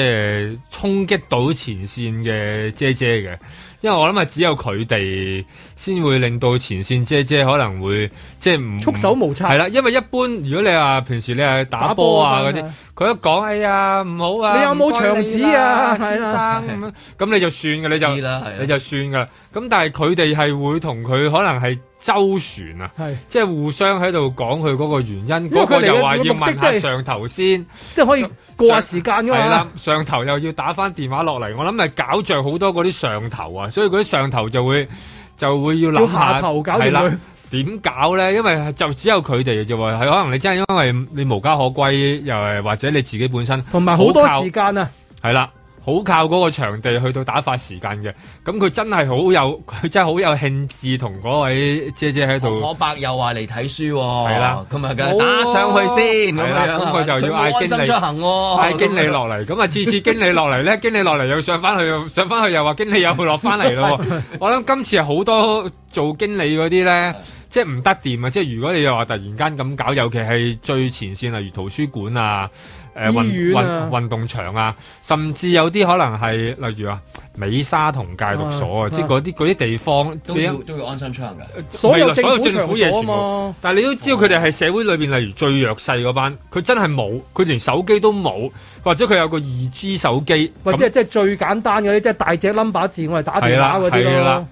C: 呃衝擊到前線嘅姐姐嘅，因為我諗係只有佢哋先會令到前線姐姐可能會即係唔
D: 束手無策
C: 係啦，因為一般如果你話平時你係打
D: 打
C: 波
D: 波
C: 啊
D: 啊
C: 嗰啲，佢一講哎呀唔好啊，
D: 你有冇長子啊
C: 唔該你啦先
D: 係
C: 生咁樣，咁你就算嘅，你就你
F: 啊
C: 就算㗎啦。咁但係佢哋係會同佢可能係周旋啊，
D: 係
C: 即係互相喺度講佢嗰個原因，
D: 因為
C: 嗰
D: 佢
C: 個
D: 哋嘅
C: 又話要
D: 目的
C: 問
D: 都
C: 下
D: 係
C: 上頭先。
D: 即係可以過下時間㗎
C: 係啦
D: 嘛，，
C: 上頭又要打翻電話落嚟，我諗係搞着好多嗰啲上頭啊，所以嗰啲上頭就會就會要諗
D: 要下頭搞掂佢
C: 係啦點搞咧？因為就只有佢哋嘅啫喎，係可能你真係因為你無家可歸，又係或者你自己本身
D: 同埋好多
C: 靠
D: 時間啊。
C: 係啦，好靠嗰個場地去到打發時間嘅。咁佢真係好有，佢真係好有興致同嗰位姐姐喺度。
F: 可伯又話嚟睇書喎，
C: 係啦，哦
F: 咁啊梗係打上去先咁
C: 係啦
F: 樣，啊
C: 咁佢就
F: 佢冇
C: 要嗌
F: 安
C: 經
F: 心
C: 理
F: 出行
D: 哦
F: 喎，
C: 嗌哎經理落嚟，咁啊次次經理落嚟 咧，經理落嚟又上翻去，上翻去又話經理又落翻嚟 咯喎。我諗今次係好多做經理嗰啲咧，即係唔得掂啊！即係如果你又話突然間咁搞，尤其係最前線，例如圖書館啊。誒運
D: 醫院啊
C: 運運動場啊，甚至有啲可能係例如啊美沙同戒毒所啊，
F: 啊
C: 即係嗰啲嗰啲地方
F: 都要都要安心出行㗎，
D: 所有
C: 未來所有
D: 政府
C: 政府嘢
D: 場所啊
C: 全部
D: 嘛，
C: 但係你都知道佢哋係社會裏邊例如最弱勢嗰班，佢真係冇，佢連手機都冇，或者佢有個二 G 手機，
D: 或者
C: 咁
D: 係即係最簡單嗰啲，即係大隻 number 字，我嚟打
C: 係
D: 電
C: 啦
D: 話嗰啲
C: 係啦
D: 咯。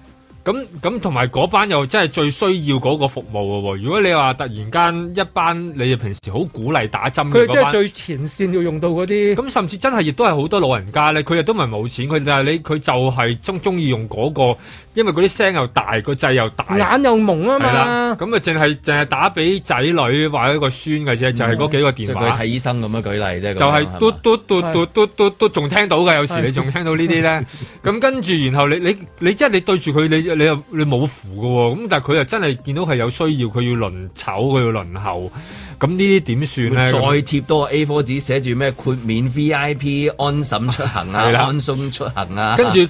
C: 咁咁同埋嗰班又真係最需要嗰個服務嘅喎。如果你話突然間一班你平時好鼓勵打針嘅
D: 佢哋即
C: 嗰
D: 係
C: 班，
D: 最前線要用到嗰啲。
C: 咁甚至真係亦都係好多老人家咧，佢哋都唔係冇錢，佢但係你佢就係中中意用嗰、個，因為嗰啲聲又大，個掣又大，
D: 眼又蒙啊
C: 係啦，
D: 嘛，
C: 咁啊，淨係淨係打俾仔女或者個孫嘅啫，就係嗰幾個電
F: 即係佢
C: 話
F: 睇，醫生咁樣舉例啫，
C: 就
F: 係
C: 係嘟嘟嘟嘟嘟嘟嘟，仲聽到嘅，有時你仲聽到呢啲咧。咁跟住，然後你你你即係你對住佢，你你又你冇符嘅喎。咁但係佢又真係見到係有需要，佢要輪籌，佢要輪候。咁呢啲點算咧？
F: 再啊
C: 咁
F: 貼多個 A4 紙寫住咩豁免 VIP 安審出行啊，
C: 係啦
F: 安鬆出行啊，
C: 跟住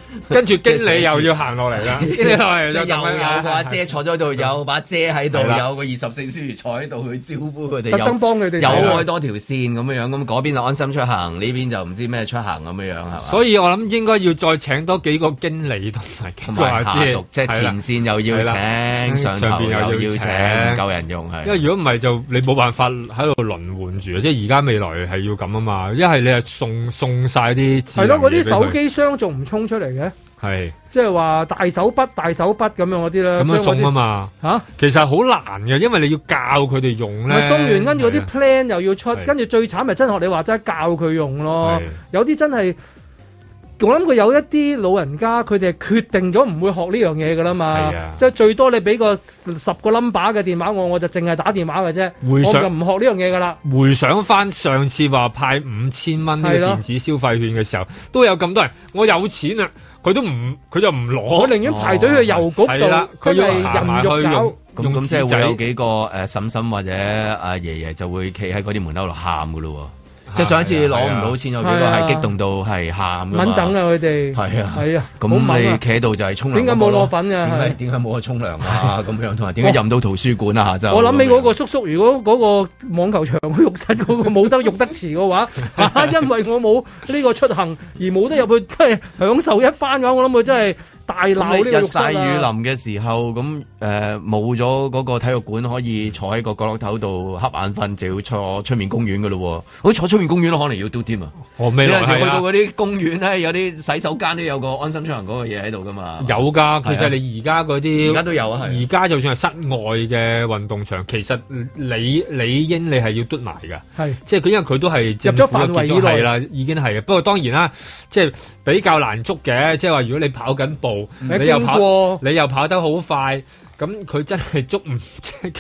C: 跟住經
F: 即係
C: 理
F: 寫住
C: 又要行落嚟 啦，經理落嚟
F: 即
C: 就
F: 係
C: 咁
F: 又
C: 樣啊啦
F: 有個阿姐坐咗喺度，有把遮喺度，
C: 係啦
F: 有個二十四小時坐喺度去招呼佢哋，
D: 特登幫佢哋啊
F: 有
D: 係啦
F: 開多條線咁樣樣，咁嗰邊就安心出行，呢邊就唔知咩出行咁樣樣係嘛？
C: 所以我諗應該要再請多幾個經理同埋幾
F: 同
C: 個阿
F: 埋下
C: 姐
F: 屬，即係
C: 係啦
F: 前線又要
C: 係啦
F: 請，上
C: 上
F: 頭
C: 邊又
F: 又
C: 要
F: 要
C: 請
F: 請，唔夠人用
C: 因為
F: 係。
C: 如果唔係就你冇辦法喺度輪換住啊！即係而家未來係要咁啊嘛，一係你係送送晒啲智
D: 係
C: 能
D: 咯，嗰
C: 嘢俾
D: 啲
C: 佢
D: 手機箱仲唔衝出嚟嘅？
C: 係
D: 即係話大手筆、大手筆咁樣嗰啲啦，
C: 咁樣
D: 將嗰啲
C: 送啊。嘛
D: 嚇，
C: 其實好難嘅，因為你要教佢哋用咧。
D: 咪送完，跟住嗰啲
C: 係啊
D: plan 又要出
C: 係，
D: 跟住最慘咪真係學你話齋教佢用咯
C: 係。
D: 有啲真係，我諗佢有一啲老人家，佢哋係決定咗唔會學呢樣嘢噶啦嘛
C: 係啊。
D: 即係最多你俾個十個 number 嘅電話我，我就淨係打電話嘅啫，
C: 回
D: 我
C: 想
D: 就唔學呢樣嘢噶啦。
C: 回想翻上次話派五千蚊呢個
D: 係咯
C: 電子消費券嘅時候，都有咁多人，我有錢啊，佢都唔佢就唔攞，
D: 我寧願排隊去郵局
C: 哦係啦
D: 度，
C: 佢
D: 真
C: 要
D: 係
C: 行埋
D: 任
C: 去
D: 肉
C: 用
D: 搞。
F: 咁咁即係
C: 紙
F: 會
C: 仔
F: 有幾個誒嬸嬸或者阿爺爺就會企喺嗰啲門口度喊噶咯喎，即係上一次攞唔到錢有幾個
D: 係
F: 係
D: 啊
F: 激動到係喊㗎嘛
D: 敏整啊！佢哋
F: 係啊，
D: 係啊，
F: 咁
D: 好敏
F: 你
D: 啊
F: 企喺度就係沖涼嗰個咯。
D: 點解冇攞粉啊
F: 點解點解冇去沖涼 啊？咁樣同埋點解入唔到圖書館啊？下晝
D: 我諗起嗰個叔叔，如果嗰個網球場嗰浴室嗰個冇得浴得池嘅 話，啊因為我冇呢個出行而冇得入去，即係享受一番嘅話，我諗佢真係大
F: 咁
D: 鬧
F: 你
D: 呢個
F: 日
D: 浴室啊
F: 曬雨
D: 啦。
F: 淋嘅時候，咁誒冇咗嗰個體育館可以坐喺個角落頭度瞌眼瞓，就要坐出面公園嘅咯喎。好坐出面公園都可能要嘟添啊！
C: 我未
F: 你
C: 來
F: 有時去
C: 係啊
F: 到嗰啲公園咧，有啲洗手間都有個安心出行嗰個嘢喺度噶嘛。
C: 有噶，其
F: 係啊
C: 實你而家嗰啲
F: 而家都有啊係
C: 而家就算係室外嘅運動場，其實嗯理理應你係要嘟埋噶，
D: 係
C: 即係佢因為佢都係
D: 入咗範圍以內
C: 係啦，已經係啊。不過當然啦，即係比較難捉嘅，即係話如果你跑緊步，
D: 嗯
C: 你又
D: 經
C: 跑
D: 過，
C: 你又跑得好快。咁佢真係捉唔，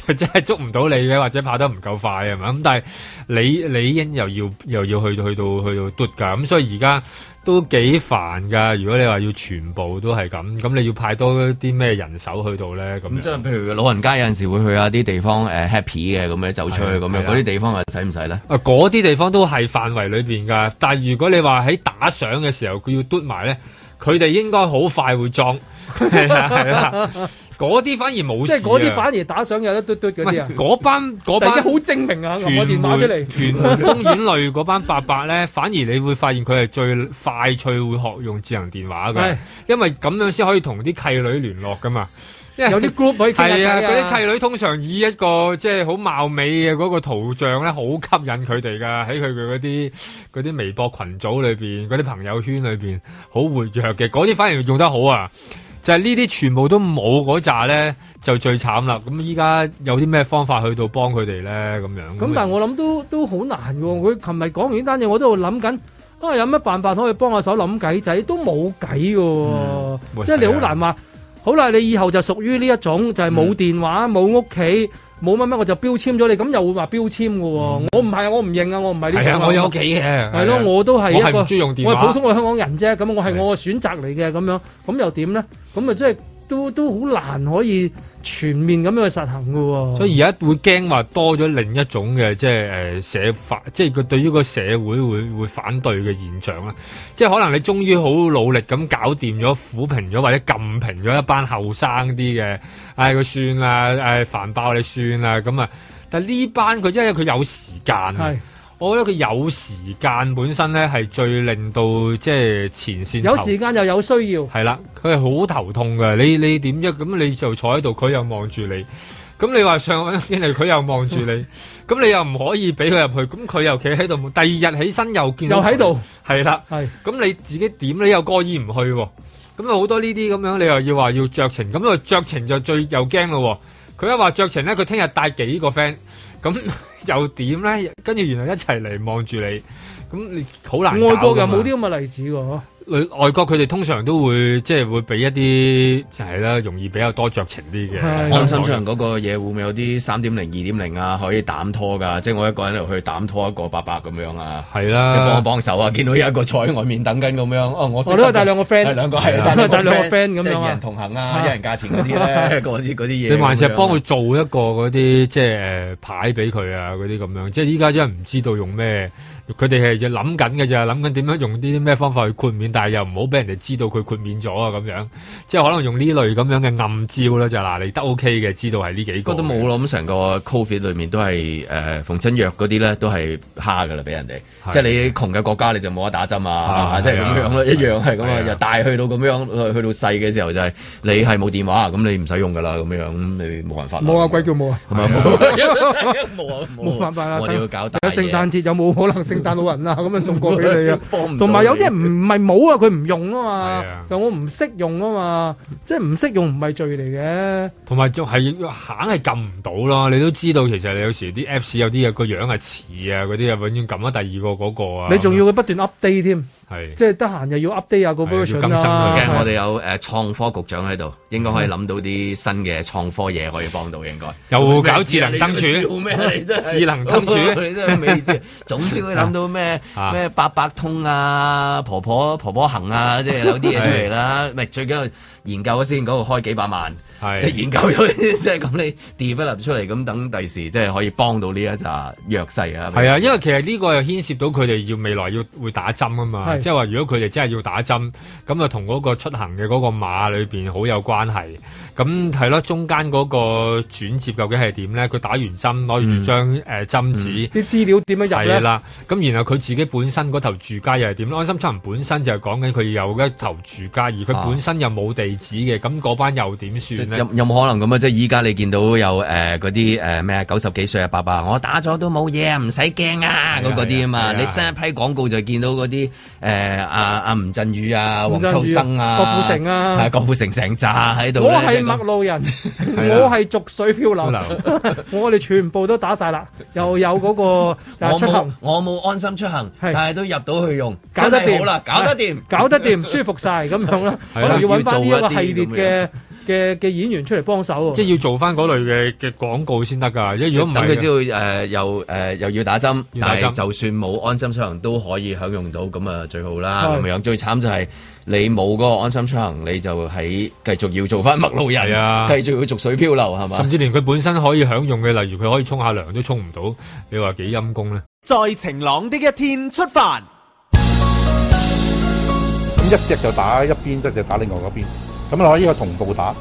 C: 佢真係捉唔到你嘅，或者跑得唔夠快係嘛？咁但係你理應又要又要去到去到去到嘟㗎，咁所以而家都幾煩㗎。如果你話要全部都係咁，咁你要派多啲咩人手去到咧？咁
F: 咁即係譬如老人家有陣時會去下啲地方誒、呃 happy 嘅咁樣走出去咁
C: 係
F: 樣，
C: 啊
F: 嗰啲地方係使唔使咧？
C: 啊，嗰啲地方都係範圍裏邊㗎。但係如果你話喺打賞啊嘅時候，佢要嘟埋咧，佢哋應該好快會裝，係啦係啦。嗰啲反而冇事
D: 即
C: 啊，
D: 係嗰啲反而打賞有得嘟嘟嗰啲啊
C: 唔係。嗰班嗰班
D: 突然間好精明啊！
C: 屯
D: 我
C: 門
D: 電話出嚟，
C: 屯門公園類嗰班伯伯咧，反而你會發現佢係最快脆會學用智能電話
D: 係
C: 嘅，因為咁樣先可以同啲契女聯絡噶嘛。
D: 有啲 group 可以傾下偈
C: 係
D: 啊
C: 啊，嗰啲契女通常以一個即係好貌美嘅嗰個圖像咧，好吸引佢哋噶。喺佢嘅嗰啲嗰啲微博群組裏邊，嗰啲朋友圈裏邊，好活躍嘅。嗰啲反而用得好啊！就係呢啲全部都冇嗰扎咧，就最慘啦。咁依家有啲咩方法去到幫佢哋咧？咁啊樣
D: 咁但係我諗都都好難喎。佢琴日講完呢單嘢，我都喺度諗緊啊，有乜辦法可以幫下手諗計仔？都冇計嘅
C: 喂
D: 喎，即係你
C: 係啊
D: 好難話。好啦，你以後就屬於呢一種，就係冇電話、冇屋企、冇乜乜，我就標籤咗你，咁又會話標籤嘅喎。我唔係啊，我唔認啊，我唔係呢
C: 嗯係
D: 種
C: 啊
D: 啊。
C: 我有屋企嘅
D: 係
C: 係啊
D: 咯，我都係
C: 我係
D: 一個
C: 唔中意用電話
D: 我係普通嘅香港人啫，咁我係我嘅選擇嚟嘅，咁樣咁又點咧？咁啊，即係都都好難可以全面咁樣去實行嘅喎。
C: 所以而家會驚話多咗另一種嘅，即係誒社法，即係佢對於個社會會會反對嘅現象啦。即係可能你終於好努力咁搞掂咗、撫平咗或者撳平咗一班後生啲嘅，唉佢算啦，唉煩爆你算啦咁啊。但呢班佢因為佢有時間啊
D: 係，
C: 我覺得佢有時間本身咧係最令到即係前線
D: 有
C: 投
D: 時間又有需要。
C: 係啦，佢係好頭痛嘅。你你點啫？咁你就坐喺度，佢又望住你。咁你話上緊嚟，佢又望住 你。咁你又唔可以俾佢入去，咁佢又企喺度。第二日起身又見到
D: 又喺
C: 佢
D: 度，
C: 係啦。
D: 係
C: 咁你自己點你又過意唔去喎。咁啊有好多呢啲咁樣，你又要話要酌情，咁啊酌情就最又驚咯喎。佢一話酌情咧，佢聽日帶幾個 friend，咁 又點咧？跟住原來一齊嚟望住你，咁你好難搞㗎
D: 外國又
C: 嘛
D: 冇啲咁嘅例子喎。
C: 外外國佢哋通常都會即係會俾一啲就係啦，容易比較多酌情啲嘅。
F: 安心上嗰個嘢會唔會有啲三點零、二點零啊？可以膽拖㗎，即係我一個人喺度去膽拖一個伯伯咁樣啊。
C: 係啦
F: 即係幫我幫手啊！見到有一個坐喺外面等緊咁樣，哦，我識
D: 我
F: 得
D: 都係帶兩個 friend
F: 係兩個係啊
D: 都係帶
F: 兩
D: 兩
F: 個
D: 個 friend 咁樣啊
F: 即係二人同行啊，一人價錢嗰啲咧，嗰啲嗰啲嘢。啊
C: 你還是係幫佢做一個嗰啲即係誒牌俾佢啊，嗰啲咁樣。即係依家真係唔知道用咩，佢哋係就諗緊嘅咋，諗緊點樣用啲咩方法去豁免，但係又唔好俾人哋知道佢豁免咗啊咁樣。即係可能用呢類咁樣嘅暗招啦，就嗱你得 OK 嘅，知道係呢幾個
F: 不過都冇咯，咁成個 Covid 裏面都係誒逢親藥嗰啲咧，都係蝦㗎啦，俾人哋。
C: 係
F: 即係你窮嘅國家你就冇得打針啊，係
C: 啊
F: 嘛即係咁樣
C: 係啊
F: 咯，一樣係咁
C: 係
F: 啊
C: 啊。
F: 由大去到咁樣，去去到細嘅時候就係你係冇電話，咁你唔使用㗎啦，咁樣咁你冇辦法啦。
D: 冇啊，鬼叫冇啊，
F: 係咪 冇啊，
D: 冇辦法啦。
F: 我哋要搞大
D: 有聖誕節有冇可能聖誕老人啊咁樣送過俾你啊
F: 幫唔到？你
D: 同埋有啲人唔係冇啊，佢唔用啊嘛，就我唔識用啊嘛，即係唔識用唔係罪嚟嘅。
C: 同埋就係硬係撳唔到咯，你都知道其實你有時啲 Apps 有啲嘢個樣係似啊，嗰啲啊永遠撳咗第二個嗰個啊。
D: 你仲要佢不斷 update 添，
C: 係
D: 即係得閒又要 update 下個 version
C: 啊
D: 啦。
F: 嘅，我哋有誒創科局長喺度，應該可以諗到啲新嘅創科嘢可以幫到，應該
C: 又搞智能燈
F: 你
C: 柱
F: 笑咩啊 你真係
C: 智能燈柱
F: 你真係未知。總之佢諗到咩
C: 啊
F: 咩八百通啊、婆婆婆婆行啊，即係有啲嘢出嚟啦。咪最緊要研究咗先，嗰個開幾百萬，即係研究咗即係咁你 develop 出嚟，咁等第時即係可以幫到呢一紮弱勢啊。
C: 係啊，因為其實呢個又牽涉到佢哋要未來要會打針啊嘛，
F: 係
C: 即係話如果佢哋真係要打針，咁啊同嗰個出行嘅嗰個碼裏邊好有關係。咁係咯，中間嗰個轉接究竟係點咧？佢打完針攞住張誒針紙，
D: 啲資料點樣入
C: 係
D: 咧？
C: 啦，咁然後佢自己本身嗰頭住家又係點咧？安心出行本身就係講緊佢有一頭住家，而
F: 啊
C: 佢本身又冇地址嘅，咁嗰班又點算咧
F: 有？有冇可能咁啊？即係依家你見到有誒嗰啲誒咩九十幾歲啊伯伯，我打咗都冇嘢啊，唔使驚啊
B: 係
F: 咁
B: 啊
F: 嗰啲啊
B: 係啊
F: 嘛。
B: 係啊
F: 你新一批廣告就見到嗰啲誒阿阿吳鎮宇啊、黃秋生啊、
D: 吳鎮宇郭富城啊
F: 係郭富城成扎喺度
D: 我
F: 咧。即
D: 係
F: 係
D: 麥 路人，
F: 啊
D: 我係逐水漂流， 我哋全部都打晒啦，又有嗰個
F: 我
D: 又出行
F: 冇。我冇安心出行，但係都入到去用，
D: 搞得
F: 真係
D: 掂
F: 好啦，搞得掂
D: 係，搞得掂，舒服晒咁樣啦。可
C: 係啦
D: 能要揾翻呢一個系
C: 要
D: 列嘅嘅嘅演員出嚟幫手喎。
C: 即係要做翻嗰類嘅嘅廣告先得㗎，因為如果唔
F: 等
C: 係
F: 佢知道誒
O: 呃
F: 又誒又要打針，
C: 要
F: 但
C: 打針
F: 係就算冇安心出行都可以享用到，咁啊最好啦
C: 係
F: 咁樣。最慘就係你冇嗰個安心出行，你就喺繼續要做翻麥路人
C: 係，啊
F: 繼續要逐水漂流係嘛
C: 甚？至連佢本身可以享用嘅，例如佢可以沖下涼都沖唔到，你話幾陰功咧？
E: 在晴朗的一天出發。
N: 咁一隻就打一邊，一隻就打另外嗰邊，咁你可以同步打。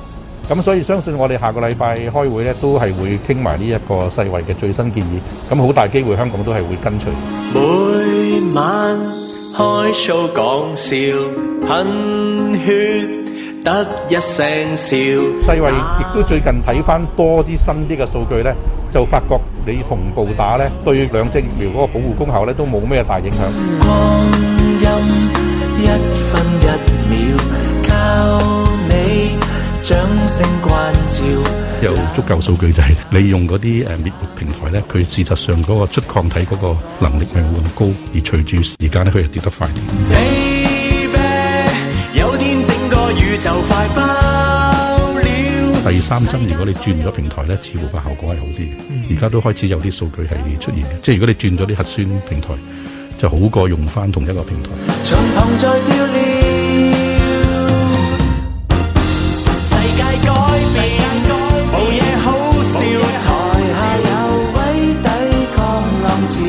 N: 咁所以相信我哋下個禮拜開會咧，都係會傾埋呢一個世衞嘅最新建議。咁好大機會香港都係會跟隨。
P: 每晚開 show 講笑，噴血得一聲笑。
N: 世衞亦都最近睇翻多啲新啲嘅數據咧，就發覺你同步打咧，對兩隻疫苗嗰個保護功效咧都冇咩大影響。
P: 光陰一分一秒，靠你掌聲關照。
I: 有足夠數據就係利用嗰啲誒呃滅活平台咧，佢事實上嗰個出抗體嗰個能力係冇咁高，而隨住時間咧，佢又跌得快啲。
P: Baby，有天整個宇宙快爆了。
I: 第三針如果你轉咗平台咧，似乎個效果係好啲嘅。而家都開始有啲數據係出現嘅，即係如果你轉咗啲核酸平台，就好過用翻同一個平台。
P: 長鵬在照料，世界改變，無嘢好笑。台下有位抵抗浪潮，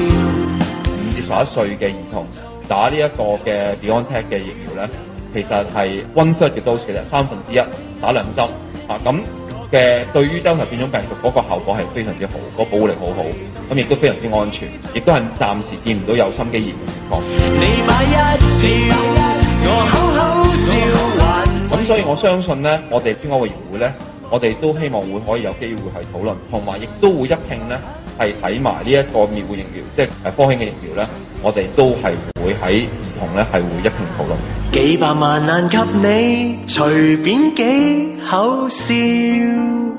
O: 五至十一歲嘅兒童打呢一個嘅 BioNTech 嘅疫苗咧，其實係 one third 嘅 dose 嘅啫，三分之一打兩針啊，咁嘅對於周頭變種病毒嗰個效果係非常之好，個保護力好好，咁亦都非常之安全，亦都係暫時見唔到有心肌炎嘅情況。
P: 你買一票，我好好笑還。
O: 咁所以我相信咧，我哋中歐嘅議會咧，我哋都希望會可以有機會係討論，同埋亦都會一拼咧係睇埋呢一個滅活疫苗，即係誒科興嘅疫苗咧，我哋都係會喺兒童咧係會一拼討論嘅。
P: 幾百萬難給你，隨便幾口笑。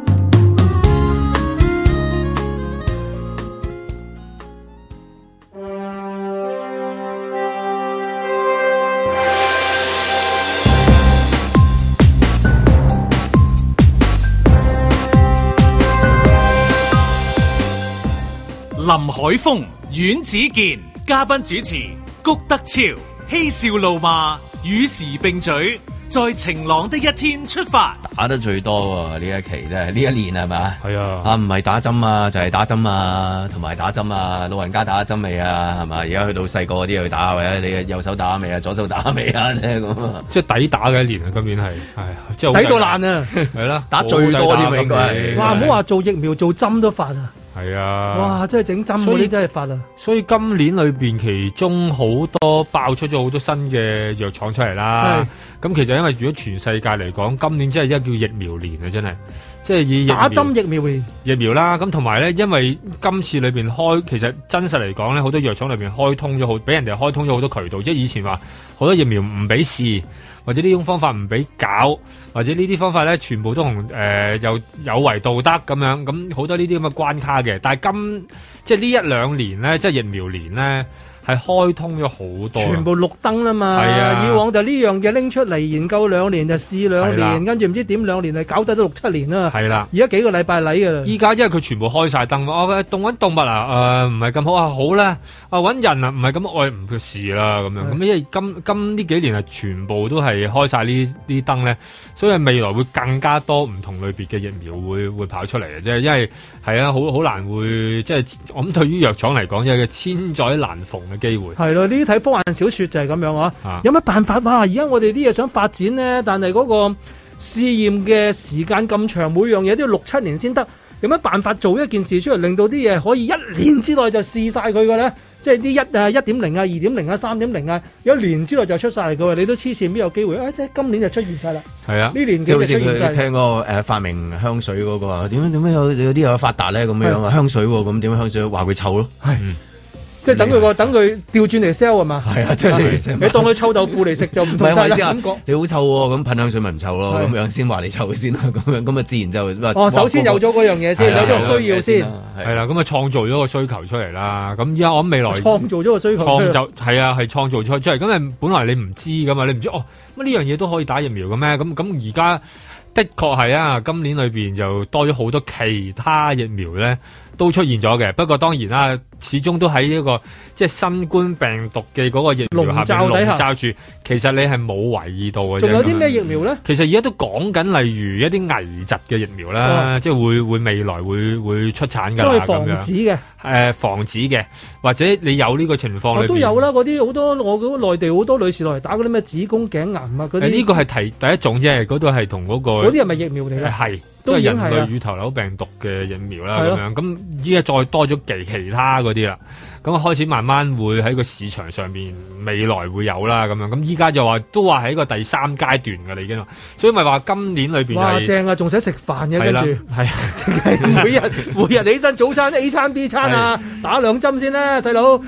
A: 林海峰、阮子健，嘉賓主持谷德超，嬉笑怒罵，與時並舉，在晴朗的一天出發。
F: 打得最多喎，呢一期真係呢一年係咪？係啊，啊唔係打針啊，就係、打針啊，同埋打針啊，老人家打針未啊？係嘛？而家去到細個嗰啲去打，或者你右手打未啊，左手打未啊，即係咁啊。
C: 即係抵打嘅一年啊！今年係係即係好
D: 抵到爛啊！
C: 係啦，
F: 打最多添啊應該係
D: 哇，唔好話做疫苗做針都發啊！
C: 係啊！
D: 哇，真係整針嗰
C: 所以
D: 啲真係發啊！
C: 所以今年裏邊其中好多爆出咗好多新嘅藥廠出嚟啦。咁其實因為如果全世界嚟講，今年真係一叫疫苗年啊，真係即係以疫苗
D: 打針疫苗年
C: 疫苗啦。咁同埋咧，因為今次裏邊開，其實真實嚟講咧，好多藥廠裏邊開通咗好，俾人哋開通咗好多渠道。即係以前話好多疫苗唔俾試，或者呢種方法唔俾搞，或者呢啲方法咧全部都同誒、呃有有違道德咁樣。咁好多呢啲咁嘅關卡嘅。但係今即係呢一兩年咧，即係疫苗年咧，係開通咗好多。
D: 全部綠燈啦嘛，
C: 係啊
D: 以往就呢樣嘢拎出嚟研究兩年就試兩
C: 係啦
D: 年，跟住唔知點兩年就搞低都六七年啦。
C: 係啦
D: 而家幾個禮拜禮噶啦。
C: 依家因為佢全部開晒哦燈，我嘅動揾動物啊，誒唔係咁好啊，好啦，啊揾人啊，唔係咁，我唔去試啦咁樣。咁因為今今呢幾年係全部都係開晒呢啲燈咧，所以未來會更加多唔同類別嘅疫苗會會跑出嚟嘅啫。因為係啊，好好難會即係我諗對於藥廠嚟講，有個千載難逢嘅機會。
D: 係咯，呢啲睇科幻小說就係咁樣
C: 啊
D: 啊。有乜辦法？哇！而家我哋啲嘢想發展呢，但係嗰個試驗嘅時間咁長，每樣嘢都要六七年先得。有乜辦法做一件事出嚟，令到啲嘢可以一年之內就試晒佢嘅咧？即係啲一啊、一點零啊、二點零啊、三點零啊，一年之內就出晒嚟嘅喎。你都黐線，邊有機會？啊，即係今年就出現晒啦。
C: 係啊，
D: 呢年紀
F: 即係好似
D: 就出現
F: 佢
D: 晒
F: 聽嗰個誒發明香水嗰個啊，點樣點樣有有啲有發達咧咁樣啊，香水喎咁點樣香水話佢臭 咯，係
D: 即係等佢個等佢調轉嚟 sell 係 嘛？
F: 係啊即係你成
D: 你當佢臭豆腐嚟食就唔
F: 唔
D: 同
F: 係
D: 晒
F: 我意
D: 啦
F: 思啊
D: 感覺。，
F: 你好臭喎，咁噴香水咪唔臭咯，
D: 係
F: 咁樣先話你臭先啦，咁樣咁啊自然就
D: 哦，首先有咗嗰樣嘢先，
F: 係啊
D: 有咗個需要先，
C: 係啦，咁啊創造咗個需求出嚟啦。咁依家我諗未來
D: 創造咗個需 求。
C: 創就係啊，係創造出出嚟。咁你啊本來你唔知噶嘛，你唔知哦，乜呢樣嘢都可以打疫苗嘅咩？咁咁而家的確係啊，今年裏邊就多咗好多其他疫苗咧，都出現咗嘅。不過當然啦，始終都喺呢、個即係新冠病毒嘅嗰個疫苗
D: 籠
C: 下
D: 罩
C: 面
D: 底下
C: 籠罩住，其實你係冇懷疑到嘅啫。
D: 仲有啲
C: 咁樣
D: 咩疫苗咧？
C: 其實而家都講緊，例如一啲危疾嘅疫苗啦，
D: 哦
C: 即係會會未來會會出產㗎
D: 將
C: 啦，
D: 佢防
C: 嗯啊咁樣
D: 止嘅。
C: 誒、防止嘅，或者你有呢個情況
D: 我
C: 裏
D: 都
C: 邊，
D: 有啦，嗰啲好多我嗰內地好多女士落嚟打嗰啲咩子宮頸癌啊
C: 誒
D: 嗰啲。
C: 呢個係提第一種啫，嗰度係同嗰個
D: 嗰啲係咪疫苗嚟㗎
C: 誒係
D: 都
C: 都
D: 已
C: 係
D: 經
C: 人
D: 係啦
C: 類乳頭瘤病毒嘅疫苗啦，
D: 係
C: 咁
D: 咯
C: 樣咁依家再多咗其其他嗰啲啦，咁開始慢慢會喺個市場上面未來會有啦，咁樣咁依家就話都話喺個第三階段㗎啦已經，所以咪話今年裏邊
D: 哇
C: 係
D: 正啊，仲使食飯嘅
C: 係
D: 跟
C: 啦
D: 住。
C: 係啊
D: 每日每日起身早餐 A 餐 B 餐啊，打兩針先啦，細佬。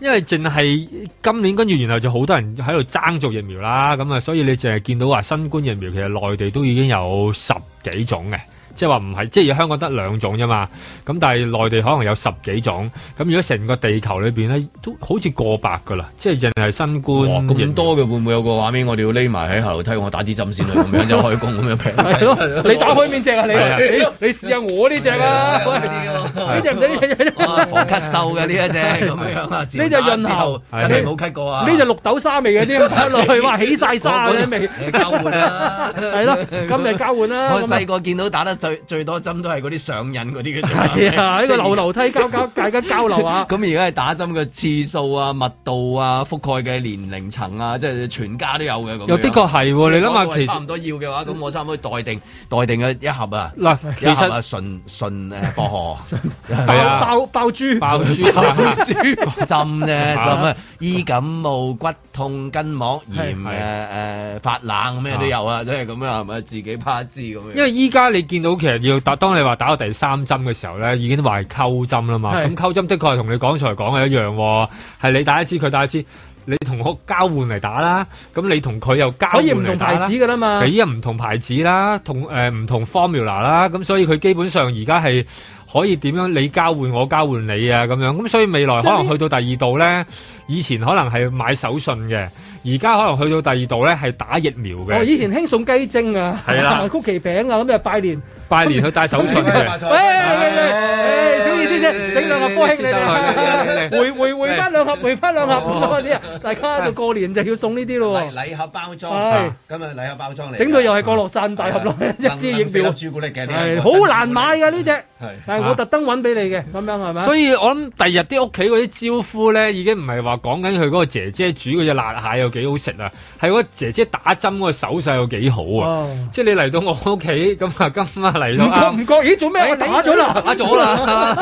C: 因為淨係今年跟住，然後就好多人喺度爭做疫苗啦，咁啊，所以你淨係見到話新冠疫苗其實內地都已經有十幾種嘅。即係話唔係，即係香港得兩種啫嘛。咁但係內地可能有十幾種。咁如果成個地球裏邊咧，都好似過百噶啦。即係淨係新冠
F: 哇
C: 疫
F: 咁
C: 苗
F: 多嘅會唔會有個畫面？我哋要匿埋喺下樓梯，我打支針先啦，咁樣就開工咁樣
D: 係咯，你打開面隻啊，你
F: 係啊
D: 你你試下我呢只 啊，
C: 哦
D: 呢只唔使
F: 防咳嗽嘅呢一隻咁樣啊，
D: 呢隻潤喉，
F: 真係冇咳過啊！
D: 呢只綠豆沙味嘅啲打落去，哇起 晒沙嘅味，
F: 交換啦，
D: 係咯，今日交換啦。
F: 我
D: 咁啊
F: 細個見到打得最最多針都係嗰啲上癮嗰啲嘅啫。
D: 係啊，呢個流流梯交交，大家交流下。
F: 咁而家係打針嘅次數啊、密度啊、覆蓋嘅年齡層啊，即係全家都有嘅咁樣。
C: 又的確係喎你諗下
F: 如果我係
C: 其實
F: 差唔多要嘅話，咁我差唔多待定待定嘅一盒啊。
C: 嗱
F: 一
C: 其實
F: 盒啊純 純誒薄荷
C: 係啊
D: 爆爆珠，
C: 爆珠
F: 爆珠針 咧
C: 啊
F: 針啊，醫感冒、骨痛、筋膜炎
C: 係
F: 誒誒發冷咩都有啊，即係咁啊，係咪自己趴支咁樣？
C: 因為依家你見到其實要打，當你話打到第三針嘅時候咧，已經話係溝針啦嘛。
F: 係
C: 咁溝針的確係同你剛才講嘅一樣喎，係你打一支，佢打一支，你同我交換嚟打啦。咁你同佢又交換
D: 可以唔
C: 嚟
D: 同
C: 打
D: 牌
C: 啦
D: 子。啊㗎啦嘛。
C: 俾唔同牌子啦，同誒唔同 formula 啦，咁所以佢基本上而家係可以點樣你交換我交換你啊咁樣，咁所以未來可能去到第二度咧，以前可能係買手信嘅，而家可能去到第二度咧係打疫苗嘅。
D: 我哦以前興送雞精啊，同
C: 係啦
D: 埋曲奇餅啊，咁就拜年。
C: 拜年去戴手信
D: 哦
C: 嘅。
D: 喂喂啊喂，誒小意思啫，整兩盒波兄你哋， 回回回翻兩盒，回翻兩盒
C: 哦
D: 咁多啲啊！大家喺度過年就要送呢啲咯
F: 禮禮盒包
D: 係
F: 裝，今日禮盒包裝嚟㗎，
D: 整到又係降落傘大盒咯， 一支
F: 冷冷四粒
D: 疫苗
F: 朱古力嘅，
D: 係啊好難買㗎呢
C: 啊
D: 只，
F: 係
D: 但係我特登揾俾你嘅，咁樣係咪？
C: 所以我諗第日啲屋企嗰啲招呼咧，已經唔係話講緊佢嗰個姐姐煮嗰只辣蟹有幾好食啊，係嗰個姐姐打針嗰個手勢有幾好啊！
D: 哦
C: 即係你嚟到我屋企，咁啊今晚嚟啊
D: 唔
C: 到啱
D: 覺唔覺？哎咦，做咩？我打咗啦，
C: 打咗啦，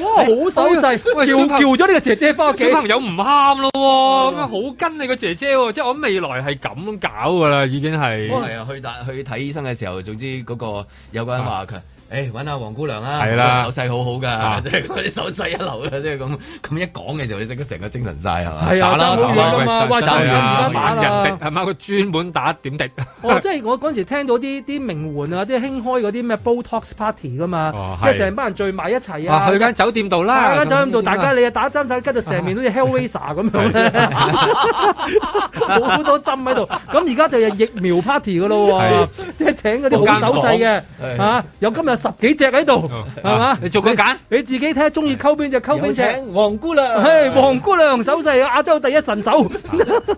D: 哇，好手勢，
C: 喂
D: 叫
C: 小朋
D: 叫咗呢個姐姐翻屋企哦
C: 小。朋友唔啱咯喎，咁啊樣好跟你個姐姐喎，即係我未來係咁搞噶啦，已經係。
D: 哦
F: 係啊，去打去睇醫生嘅時候，總之嗰個有個人話佢。誒揾下黃姑娘啊，
C: 係啦
F: 手勢好好
C: 啊
F: 㗎，即係嗰啲手勢一流啊，即係咁咁一講嘅時候，你即刻成個精神晒係嘛？
D: 係啊
F: 打啦
D: 爭
F: 打
D: 好遠
F: 啦
D: 㗎嘛
F: 喂
D: 哇
F: 打
D: 爭
F: 啦
D: 爭打啊啦
C: 人哋係咪佢專門打點滴？
D: 哦，即係我嗰陣時聽到啲啲名媛啊，啲興開嗰啲咩 Botox party 噶嘛
C: 哦，
D: 即係
C: 係
D: 成班人聚埋一齊啊
C: 啊，，去間酒店度啦，
D: 大家走咁度，
C: 咁
D: 大家你啊打針仔，跟住成面好似 Hellraiser 咁樣咧， 好多針喺度。咁而家就有疫苗 party 噶咯喎
C: 係，
D: 即係請嗰啲好手勢嘅
C: 係
D: 嚇，有今日十幾隻喺度，係嘛
C: 啊？你做個揀
D: 你自己睇下中意溝邊只溝邊
F: 有
D: 只
F: 請。黃姑娘，
D: 嘿，黃姑娘手勢亞洲第一神手，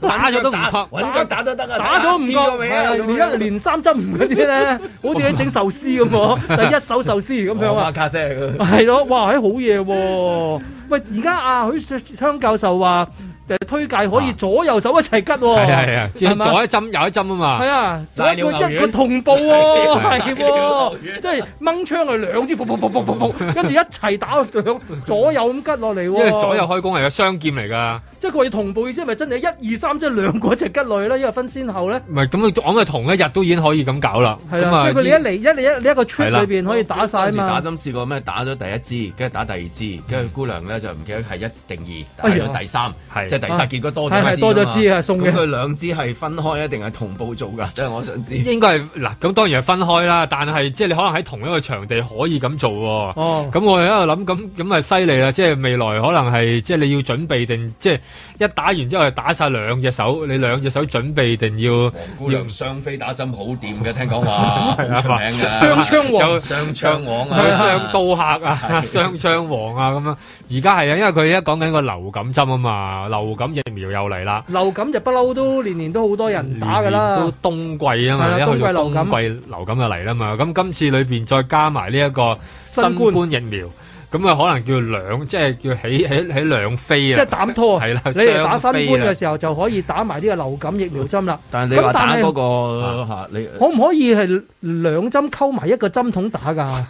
C: 打咗都唔覺，
F: 揾腳打都得啊！
D: 打咗唔覺，
F: 見過未啊
D: 係而家連三針嗰 啲咧，好似喺整壽司咁
C: 啊
D: 喎，第一手壽司咁樣啊
F: 我。卡西係佢
D: 係咯，哇，係好嘢喎！喂，而家阿許雪昌教授話誒推介可以左右手一齊吉喎，
C: 係係啊，即
D: 係嘛
C: 係左一針右一針啊嘛。
D: 係啊，左
C: 大
D: 一個
C: 鳥
D: 一
C: 牛
D: 個
C: 丸啊
D: 同步喎，
C: 大
D: 係
C: 鳥
D: 喎，即係掹槍佢兩支，噗噗噗噗噗 噗，跟住一齊打兩左右咁吉落嚟喎。
C: 因為左右，開弓係個雙劍嚟㗎，
D: 即係佢要同步意思係咪真係一二三，即係兩個一齊吉落去咧？因為分先後咧，
C: 唔係咁佢講嘅同一日都已經可以咁搞啦。
D: 係
C: 咁
D: 啊，即係佢哋一嚟一嚟一你一
F: 係
D: 個 trip
F: 啦哦
D: 裏邊可以打晒
F: 嗰
D: 啊
F: 陣時打
D: 嘛。嗯
F: 針試過咩？打咗第一支，跟住打第二支，跟住姑娘咧就唔記得係一定二，
D: 哎
F: 打
D: 呀
F: 咗第三，
C: 係
F: 即係第
D: 啊
F: 三結果多
D: 係
F: 咗
D: 係
F: 一支
D: 多
F: 嘛
D: 咗支啊送嘅
F: 咁佢兩支係分開一定係同步做㗎？即 係我想知。
D: 嗯
C: 應該係嗱，咁當然係分開啦，但係即係你可能喺同一個場地可以咁做喎。
D: 哦
C: 咁我喺度諗，咁咁咪犀利啦！即係未來可能係即係你要準備定，即係一打完之後係打晒兩隻手，你兩隻手準備定要
F: 姑
C: 要
F: 娘雙飛打針好掂嘅，聽講 話好出名嘅，
C: 雙槍王，
F: 雙槍王
C: 有
F: 啊
C: 雙，刀客啊，
F: 係
C: 雙槍王啊咁樣。而家係啊，因為佢而家講緊個流感針啊嘛，流感疫苗又嚟啦。
D: 流感就不嬲都年年都好多人打㗎啦。
C: 年年都冬季啊
D: 係啦
C: 嘛，一去到
D: 冬季流
C: 冬
D: 感
C: 季流感就嚟啦嘛。咁今次裏邊再加埋呢一個
D: 新
C: 新
D: 冠
C: 冠疫苗，咁啊可能叫兩，即係叫起起起兩飛
D: 即
C: 啊。
D: 係膽拖，
C: 係啦，
D: 你
F: 啊
D: 哋打新
C: 雙
D: 冠
C: 飛啦
D: 嘅時候就可以打埋呢個流感疫苗針啦。
F: 但係你話
D: 咁但
F: 打
D: 係
F: 嗰個嚇你
D: 可唔可以係兩針溝埋一個針筒打 㗎？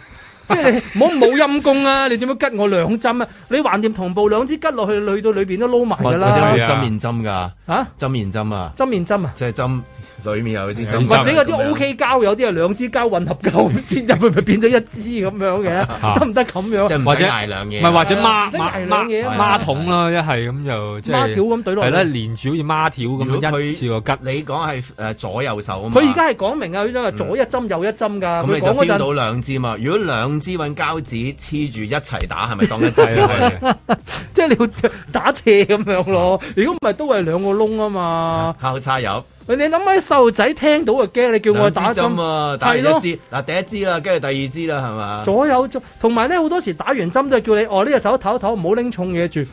D: 即係你唔好冇陰功啊！你點樣吉我兩針啊？你橫掂同步兩支吉落去，去到裏邊都撈埋
F: 或
D: 㗎
F: 或者
D: 啦。
F: 有冇針面針㗎？
D: 啊，
F: 針面針啊，
D: 針面針啊，
F: 即係針裡面有啲針，
D: 嗯
F: 啊
D: 或者嗰啲 O K 膠有啲係兩支膠混合膠 切入去，咪變咗一支咁樣嘅，得唔得咁樣？
F: 即係唔使
C: 或者
F: 捱兩嘢
C: 唔係或者孖
D: 即係
C: 孖
D: 捱兩嘢啊嘛
C: 孖桶啦，一係咁就即係
D: 孖條咁懟落去
C: 係啦，連住好似孖條咁樣一次 過吉。
F: 你講係誒左右手啊嘛。
D: 佢而家係講明啊，佢真係左一針右一針㗎。
F: 嗯咁
D: 佢
F: 你就
D: 講嗰
F: feel 到
D: 陣
F: 兩支嘛？如果兩支揾膠紙黐住一齊打，係咪當 一支
D: 啊
F: 嚟
C: 啊
F: 嘅？
D: 即係你要 打斜咁樣
F: 啊
D: 咯。如果唔係都係兩個窿啊嘛。
F: 交叉入。
D: 你諗下啲細路仔聽到就驚，你叫我打
F: 兩支針啊！打完一
D: 咯。
F: 支，嗱第一支啦，跟住第二支啦，係嘛？
D: 左右左，同埋咧好多時打完針都係叫你哦呢隻手唞一唞，唔好拎重 嘢住。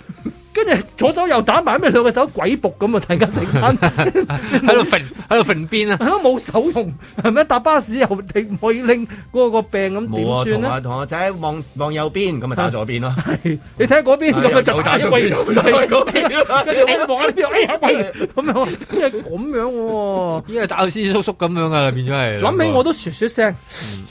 D: 跟住左手又打埋，咩兩個手鬼仆咁啊！突然間成 班喺
C: 度揈，喺度揈邊啊！
D: 係咯，冇手用，係咪？搭巴士又你唔可以拎嗰個病咁
F: 冇啊，
D: 點
F: 同
D: 算
F: 啊
D: 咧？
F: 同阿仔望望右邊，咁咪打左邊咯。
D: 你睇下嗰邊 咁啊，就打一位，
F: 又打咗嗰邊
D: 跟住 我望下呢邊，哎呀喂，咁樣，因為咁樣喎。
C: 因為打到斯斯縮縮咁樣噶啦，變咗係
D: 諗起我都雪雪聲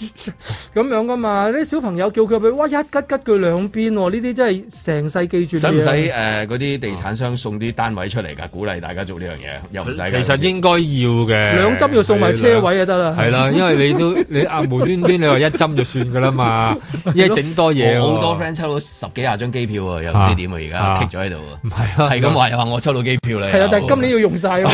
D: 咁樣噶嘛，啲小朋友叫佢去，哇一吉吉佢兩邊喎，呢啲真係成世記住。
F: 使唔使誒？嗰啲地產商送啲單位出嚟㗎？鼓勵大家做呢樣嘢，又唔使㗎。
C: 其實應該要嘅。
D: 兩針要送埋車位就得啦。
C: 係啦，因為你都你啊無端端你話一針就算噶啦嘛，因為整多嘢喎
F: 我好多 friend 抽到十幾廿張機票啊，又唔知點啊，
C: 啊
F: 而家棘咗喺度啊，唔
C: 係啊
F: 係咁話又話我抽到機票啦，
D: 係啊，但係
F: 又
D: 今年要用晒 啊嘛。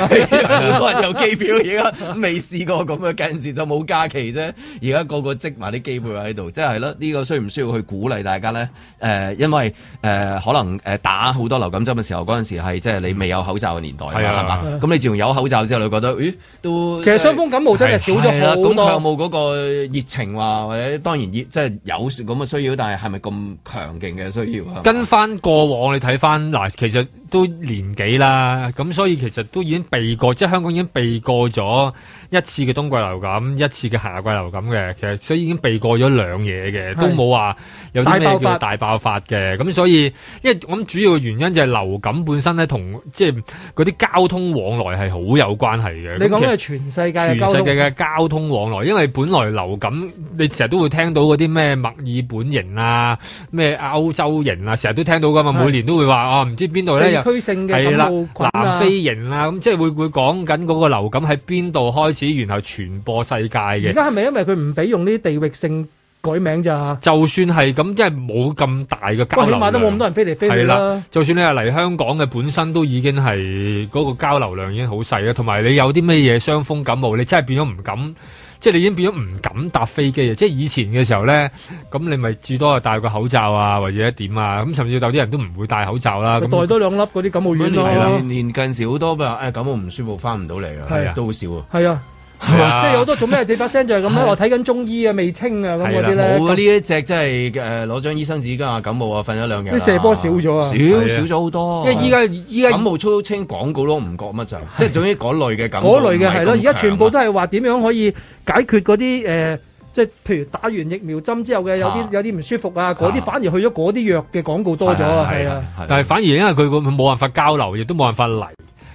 F: 好多人有機票，而家未試過咁嘅，嗰陣時就冇假期啫。而家個個積埋啲機票喺度，即係係咯。呢、個需唔需要去鼓勵大家咧？誒、因為誒、可能誒打好多流感針嘅時候，嗰陣時係即係你未有口罩嘅年代嘛，
D: 係啊
F: 係嘛？咁你自從有口罩之後，你覺得咦都
D: 其實傷風感冒真係少咗
F: 係啦
D: 好
F: 咁佢有
D: 多。
F: 冇嗰個熱情話，或者當然熱即係有咁嘅需要，但係係咪咁強勁嘅需要啊？
C: 跟翻過往，你睇翻嗱，其實都年幾啦，咁所以其實都已經避過，即係香港已經避過咗一次嘅冬季流感，一次嘅夏季流感嘅，其實所以已經避過咗兩嘢嘅，
M: 係
C: 都冇話有啲
M: 大爆
C: 咩
M: 發
C: 叫大爆發嘅。咁所以，因為我諗主要嘅原因就係流感本身咧，同即係嗰啲交通往來係好有關係嘅。
D: 你
C: 咁
D: 講
C: 其實
D: 嘅係全世界嘅
C: 全
D: 交
C: 世
D: 通
C: 界嘅交通往來，因為本來流感你成日都會聽到嗰啲咩墨爾本型啊、咩歐洲型啊，成日都聽到噶嘛，
D: 係
C: 每年都會話啊，唔知邊度咧
D: 地
C: 又
D: 區性嘅
C: 係啦
D: 感冒菌啊
C: 南非型啦，咁即係會會講緊嗰個流感喺邊度開始，然後傳播世界
D: 而
C: 嘅。
D: 家係咪因為佢唔俾用呢啲地域性改名咋？
C: 就算係咁，即係冇咁大嘅交
D: 喂，起
C: 流
D: 碼
C: 量。
D: 都冇咁多人飛嚟飛去
C: 係
D: 啦
C: 啦。，就算你係嚟香港嘅，本身都已經係嗰、個交流量已經好細啦，同埋你有啲咩嘢傷風感冒，你真係變咗唔敢，即係你已經變咗唔敢搭飛機啊！即係以前嘅時候咧，咁你咪至多係戴個口罩啊，或者一點啊，咁甚至有啲人都唔會戴口罩啦。
D: 佢
C: 咁
D: 袋多兩粒嗰啲感冒丸
F: 係啦
D: 咯。
F: 連近時好多話誒感冒唔舒服翻唔到嚟
D: 係
F: 啊
D: 啊，
F: 都好少啊。
D: 係啊，即 係有好多做咩？你把聲就係咁啦。我睇緊中醫啊，未清啊，咁
F: 係
D: 嗰
F: 啦，
D: 啲咧。
F: 冇啊！呢一隻真係誒攞張醫生紙㗎，感冒啊，瞓咗兩日啦。
D: 啲射波少咗啊
F: 少少咗好多。
D: 因為依家
F: 依家感冒粗清廣告都唔覺乜就，即係總之嗰類嘅感冒。
D: 嗰類嘅係
F: 啊
D: 咯，而家全部都係話點樣可以解決嗰啲誒，即係譬如打完疫苗針之後嘅有
C: 啊
D: 啲有啲唔舒服啊，嗰啲反而去咗嗰啲藥嘅廣告多咗啊，係啊。
C: 但係反而因為佢個冇辦法交流，亦都冇辦法嚟，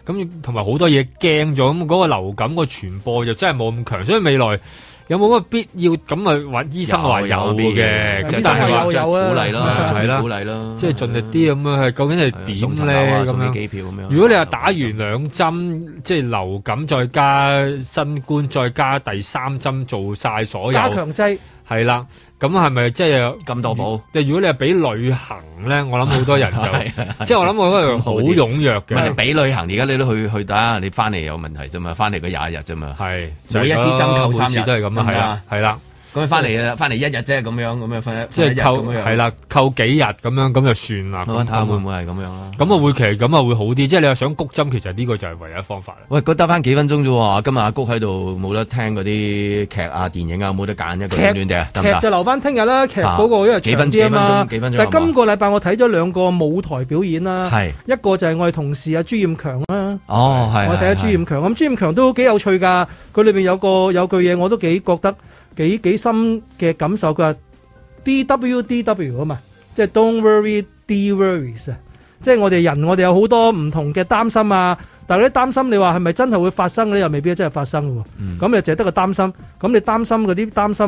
C: 咁同埋好多嘢驚咗，咁嗰個流感個傳播就真係冇咁強，所以未來有冇乜必要咁啊？揾醫生話有嘅，咁但係話
F: 鼓勵啦，
C: 係啦
F: 鼓，勵啦，
C: 即係盡力啲咁樣，係究竟
F: 送
C: 係
F: 層
C: 點
F: 樓啊
C: 咧？咁
F: 送啲
C: 樣
F: 機票咁樣
C: 如果你話打完兩針，即係流感再加新冠，再加第三針做晒所有
D: 加強劑。
C: 係啦，咁係咪即係咁多保？但如果你係俾旅行咧，我諗好 多人
F: 啊
C: 就即係我諗我嗰個人好踴躍
F: 唔係
C: 嘅
F: 你。俾旅行，而家你都去去打，你翻嚟有問題啫嘛，翻嚟嗰廿一日啫嘛。
C: 係
F: 每一支針扣三日啊
C: 每次都係咁啊，係啦，係啦。
F: 咁樣翻嚟啦，翻嚟一日啫，咁樣咁樣翻
C: 即係扣係啦，扣幾日咁樣咁就算啦。
F: 我
C: 啊咁
F: 睇下
C: 咁
F: 會唔會係咁樣啦。
C: 咁啊會其實咁啊會好啲，即係你又想谷針，其實呢個就係唯一方法啦。
F: 喂，嗰得翻幾分鐘啫喎，今日阿谷喺度冇得聽嗰啲劇啊、電影啊，冇得揀一個暖暖地啊，得唔
D: 劇就
F: 得？
D: 留翻聽日啦，劇嗰個因為長啲啊嘛。
F: 啊幾分幾分幾分鐘
D: 但係啊
F: 好唔好
D: 今個禮拜我睇咗兩個舞台表演啦，
F: 係
D: 一個就係我哋同事阿啊朱劍強啦。
F: 哦，係。
D: 我睇下朱
F: 係
D: 劍強，咁朱劍強都幾有趣㗎。佢裏邊有個有句嘢我都幾覺得幾幾深嘅感受。佢話 D W D W 啊嘛，即係 Don't worry, D worries 啊。即係我哋人，我哋有好多唔同嘅擔心啊。但係嗰啲擔心，你話係咪真係會發生嘅咧？又未必真係發生嘅喎。
F: 嗯
D: 咁你就係得個擔心。咁你擔心嗰啲擔心，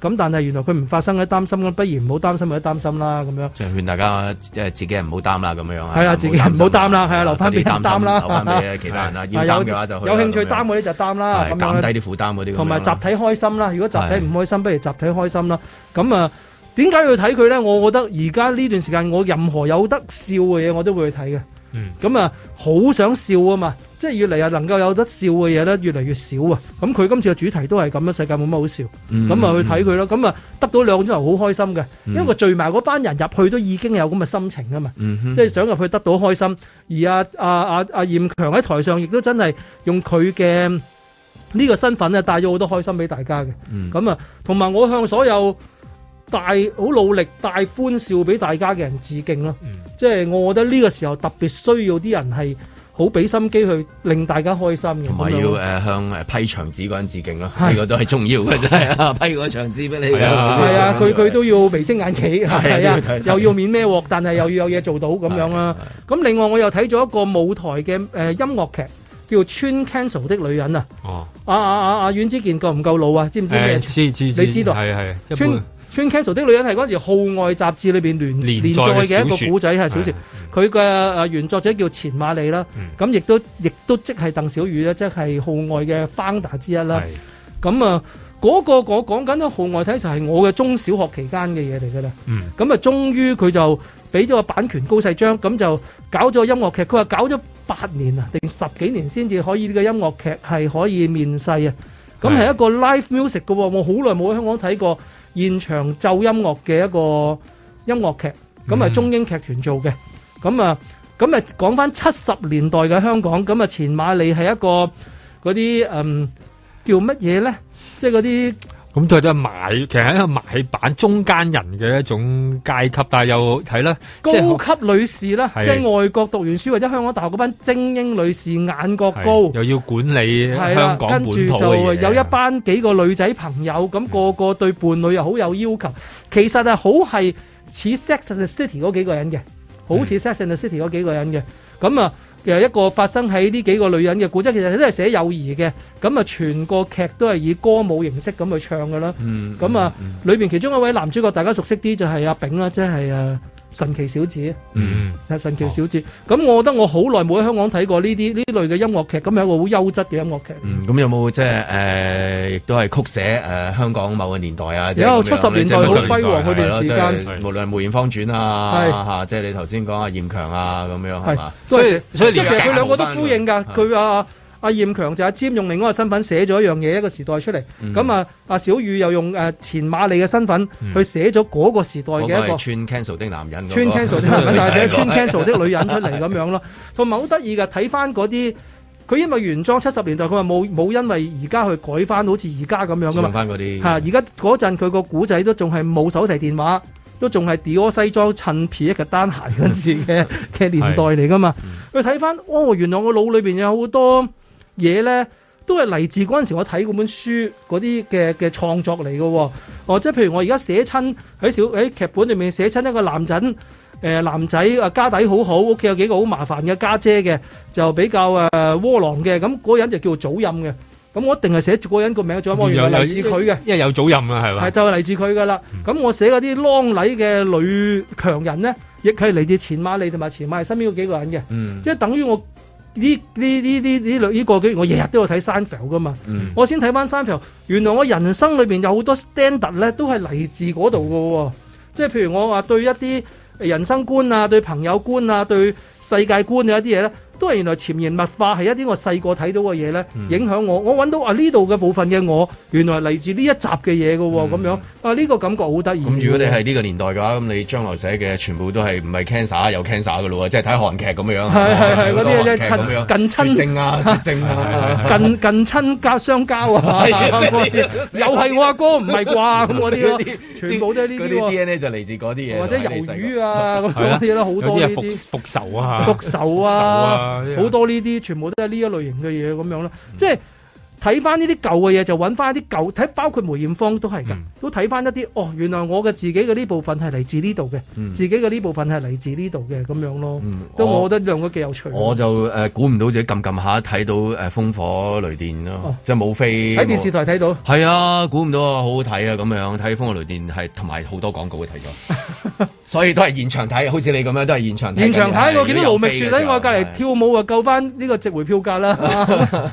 D: 咁但係原來佢唔發生嗰啲擔心，咁不如唔好擔心嗰啲擔心啦。咁樣。
F: 即係勸大家，即係自己人唔好擔啦，咁樣樣啊
D: 係啦，自己唔好
F: 擔心
D: 擔啦，係啊，留翻俾人
F: 多啲擔
D: 擔
F: 心
D: 啦，
F: 留翻俾其他人啦
D: 係
F: 要
D: 啊
F: 擔嘅話就去
D: 有
F: 啦
D: 有興趣
F: 咁樣
D: 擔嗰啲就擔啦，
F: 係
D: 咁樣
F: 減低啲負擔嗰啲咁樣啦。啊
D: 同埋集體開心啦。如果集體唔開心，不如集體開心啦。咁啊，點解要睇佢咧？我覺得而家呢段時間，我任何有得笑嘅嘢，我都會去睇嘅。
C: 嗯
D: 咁啊，好想笑啊嘛！即係越嚟啊，能夠有得笑嘅嘢咧，越嚟越少啊！咁佢今次嘅主題都係咁啊啦，世界冇乜好笑，
F: 嗯
D: 咁啊、去睇佢咯。咁啊，得到兩個鐘頭好開心嘅，因為佢聚埋嗰班人入去都已經有咁嘅心情啊嘛，
F: 嗯哼
D: 即係想入去得到開心。而阿阿阿阿嚴強喺台上亦都真係用佢嘅呢個身份咧，帶咗好多開心俾大家嘅。
F: 嗯
D: 咁啊，同埋我向所有大好努力帶歡笑俾大家嘅人致敬咯。
F: 嗯
D: 即係我覺得呢個時候特別需要啲人係好俾心機去令大家開心嘅。
F: 同埋
D: 咁
F: 要
D: 樣咯
F: 誒向誒批牆紙嗰陣致敬啦，呢個都係重要嘅，真係 啊！批個牆紙俾你，
D: 係啊，係啊，佢佢都要眉精眼企，
F: 啊
D: 係
F: 都要
D: 啊
F: 睇，
D: 又要面咩鑊，但係又要有嘢做到咁樣啦。咁另外我又睇咗一個舞台嘅誒、呃音樂劇，叫《穿 Cancel 的女人》啊。
C: 哦，
D: 啊啊啊啊！阮之健夠唔夠老啊？知唔知咩？
C: 誒知知
D: 你知道
C: 係係一般
D: 穿。穿 Cancel 的女人係嗰陣時《號外》雜誌裏邊連
C: 連
D: 連
C: 載
D: 載
C: 嘅
D: 嘅一
C: 小說
D: 個古仔係小
C: 係
D: 説，佢嘅誒原作者叫錢馬利啦，咁亦都亦都即係鄧小雨咧，即係《號外》嘅 founder 之一啦。咁啊，嗰個我講緊咧，《號外》睇就係我嘅中小學期間嘅嘢嚟㗎啦。
C: 嗯
D: 咁啊，終於佢就俾咗個版權高細章，咁就搞咗個音樂劇。佢話搞咗八年啊，定十幾年先至可以呢個音樂劇係可以面世啊。咁係一個 live music 嘅喎，我好耐冇喺香港睇過現場奏音樂嘅一個音樂劇，咁係中英劇團做嘅。咁啊，咁啊講翻七十年代嘅香港，咁啊前馬利係一個嗰啲嗯叫乜嘢咧？即係嗰啲。
C: 咁佢都係買，其實係一個買版中間人嘅一種階級，但係又睇啦，即係
D: 高級女士啦，
C: 係
D: 即係外國讀完書或者香港大學嗰班精英女士，眼角高
C: 係。又要管理
D: 係啦
C: 香，港
D: 跟
C: 本土
D: 住
C: 嘅
D: 就
C: 嘢，
D: 有一班幾個女仔朋友，咁個個對伴侶又好有要求。其實係好係似 Sex and the City 嗰幾個人嘅，好
C: 嗯
D: 似 Sex and the City 嗰幾個人嘅。咁啊，誒一個發生喺呢幾個女人嘅古仔，其實都係寫友誼嘅。咁啊，全個劇都係以歌舞形式咁去唱㗎啦。
F: 嗯
D: 咁啊，裏邊其中一位男主角大家熟悉啲就係阿炳啦，即係誒神奇小子。
C: 嗯
D: 係神奇小子。咁、我覺得我好耐冇喺香港睇過呢啲呢類嘅音樂劇，咁係一個好優質嘅音樂劇。
F: 嗯，咁有冇即係誒，亦都係曲寫誒香港某個年代啊？即係
D: 有
F: 咁樣
D: 70年代
F: 即係
D: 好
F: 70
D: 輝煌嗰段時
F: 係
D: 間
F: 咯即係無論梅艷芳傳啊，
D: 係
F: 嚇，即係你頭先講阿嚴強啊，咁樣係嘛？
D: 都係寫即係其實
F: 連
D: 佢兩個都
F: 夾
D: 呼應㗎。
F: 嗯
D: 佢阿阿嚴強就阿詹用另外一個身份寫咗一樣嘢，一個時代出嚟。
F: 嗯
D: 咁啊阿小雨又用誒前馬利嘅身份
F: 嗯
D: 去寫咗嗰個時代
F: 嗰
D: 嘅
F: 個
D: 一個
F: 係。穿 cancel 的男人嗰
D: 穿
F: 個，
D: cancel 的 男人，但係寫穿 cancel 的女人出嚟咁樣咯。同埋好得意嘅，睇翻嗰啲佢因為原裝七十年代，佢話冇冇因為而家去改翻好似而家咁樣噶嘛
F: 用。翻嗰啲
D: 嚇！而家嗰陣佢個古仔都仲係冇手提電話，都仲係 Dior 西裝襯皮一嘅單鞋嗰陣時嘅 嘅年代嚟噶嘛。佢睇翻，哦，原來我腦裏邊有好多嘢咧，都係嚟自嗰陣時我睇嗰本書嗰啲嘅嘅創作嚟嘅喎。哦，即係譬如我而家寫親喺小喺劇本裏面寫親一個男人。誒、男仔啊家底好好，屋企有幾個好麻煩嘅家姐嘅，就比較誒、窩囊嘅，咁嗰人就叫做祖任嘅，咁我一定係寫住嗰人個名祖任，我原來嚟自佢嘅。
C: 因為有組任啊，係
D: 係
C: 嘛？嗯
D: 就係嚟自佢噶啦。咁我寫嗰啲啷禮嘅女強人咧，亦係嚟自前馬利同埋前馬利身邊嗰幾個人嘅，
F: 嗯
D: 即係等於我呢呢呢呢呢類呢個幾，我日日都有睇山浮噶嘛。
F: 嗯
D: 我先睇翻山浮，原來我人生裏邊有好多 standard 咧，都係嚟自嗰度噶喎。即係譬如我話對一啲人生觀啊、對朋友觀啊、對世界觀嘅一啲嘢咧，都係原來潛移默化係一啲我細個睇到嘅嘢咧，
F: 嗯
D: 影響我。我揾到啊呢度嘅部分嘅我，原來係嚟自呢一集嘅嘢嘅喎，
F: 嗯
D: 咁樣啊呢個感覺好得意。
F: 咁如果你係呢個年代嘅話，咁你將來寫嘅全部都係唔係 cancer 有 cancer 嘅咯喎，即係睇韓劇咁樣，
D: 係係係嗰啲
F: 即係睇好多韓劇咁
D: 親
F: 樣
D: 近親
F: 絕症啊，絕症 啊，
D: 近近親交相交 啊，
F: 係啊真係
D: 又係我阿哥唔係啩咁嗰啲咯
F: 嗰啲，
D: 全部都係呢
F: 嗰
D: 啲
F: 啲
D: 喎。
F: DNA 就嚟自嗰啲嘢，
D: 或者魷魚啊咁
F: 係
D: 嗰
F: 啊
D: 啲啦，好多
F: 有
D: 呢
F: 啲係
D: 啲
F: 復復仇啊
D: 復仇
F: 復
D: 啊
F: 仇啊呢，啲
D: 好多呢啲全部都係呢一類型嘅嘢咁樣啦。即係睇翻呢啲舊嘅嘢，就揾翻一啲舊睇，包括梅艷芳都係㗎，
F: 嗯
D: 都睇翻一啲哦，原來我嘅自己嘅呢部分係嚟自呢度嘅，
F: 嗯
D: 自己嘅呢部分係嚟自呢度嘅咁樣咯。都
F: 我
D: 我覺得兩個幾有趣。
F: 我就誒估唔到自己撳撳下睇到誒風火雷電咯
D: 哦，
F: 即係冇飛
D: 喺電視台睇到。
F: 係啊，估唔到啊，好好睇啊，咁樣睇《風火雷電》係同埋好多廣告嘅睇咗， 所以都係現場睇，好似你咁樣都係現場睇緊嘅。
D: 現場睇，我見到
F: 如
D: 盧
F: 果有
D: 覓
F: 飛嘅
D: 雪
F: 時
D: 喺
F: 候
D: 我隔離跳舞啊，救翻呢個值回票價啦。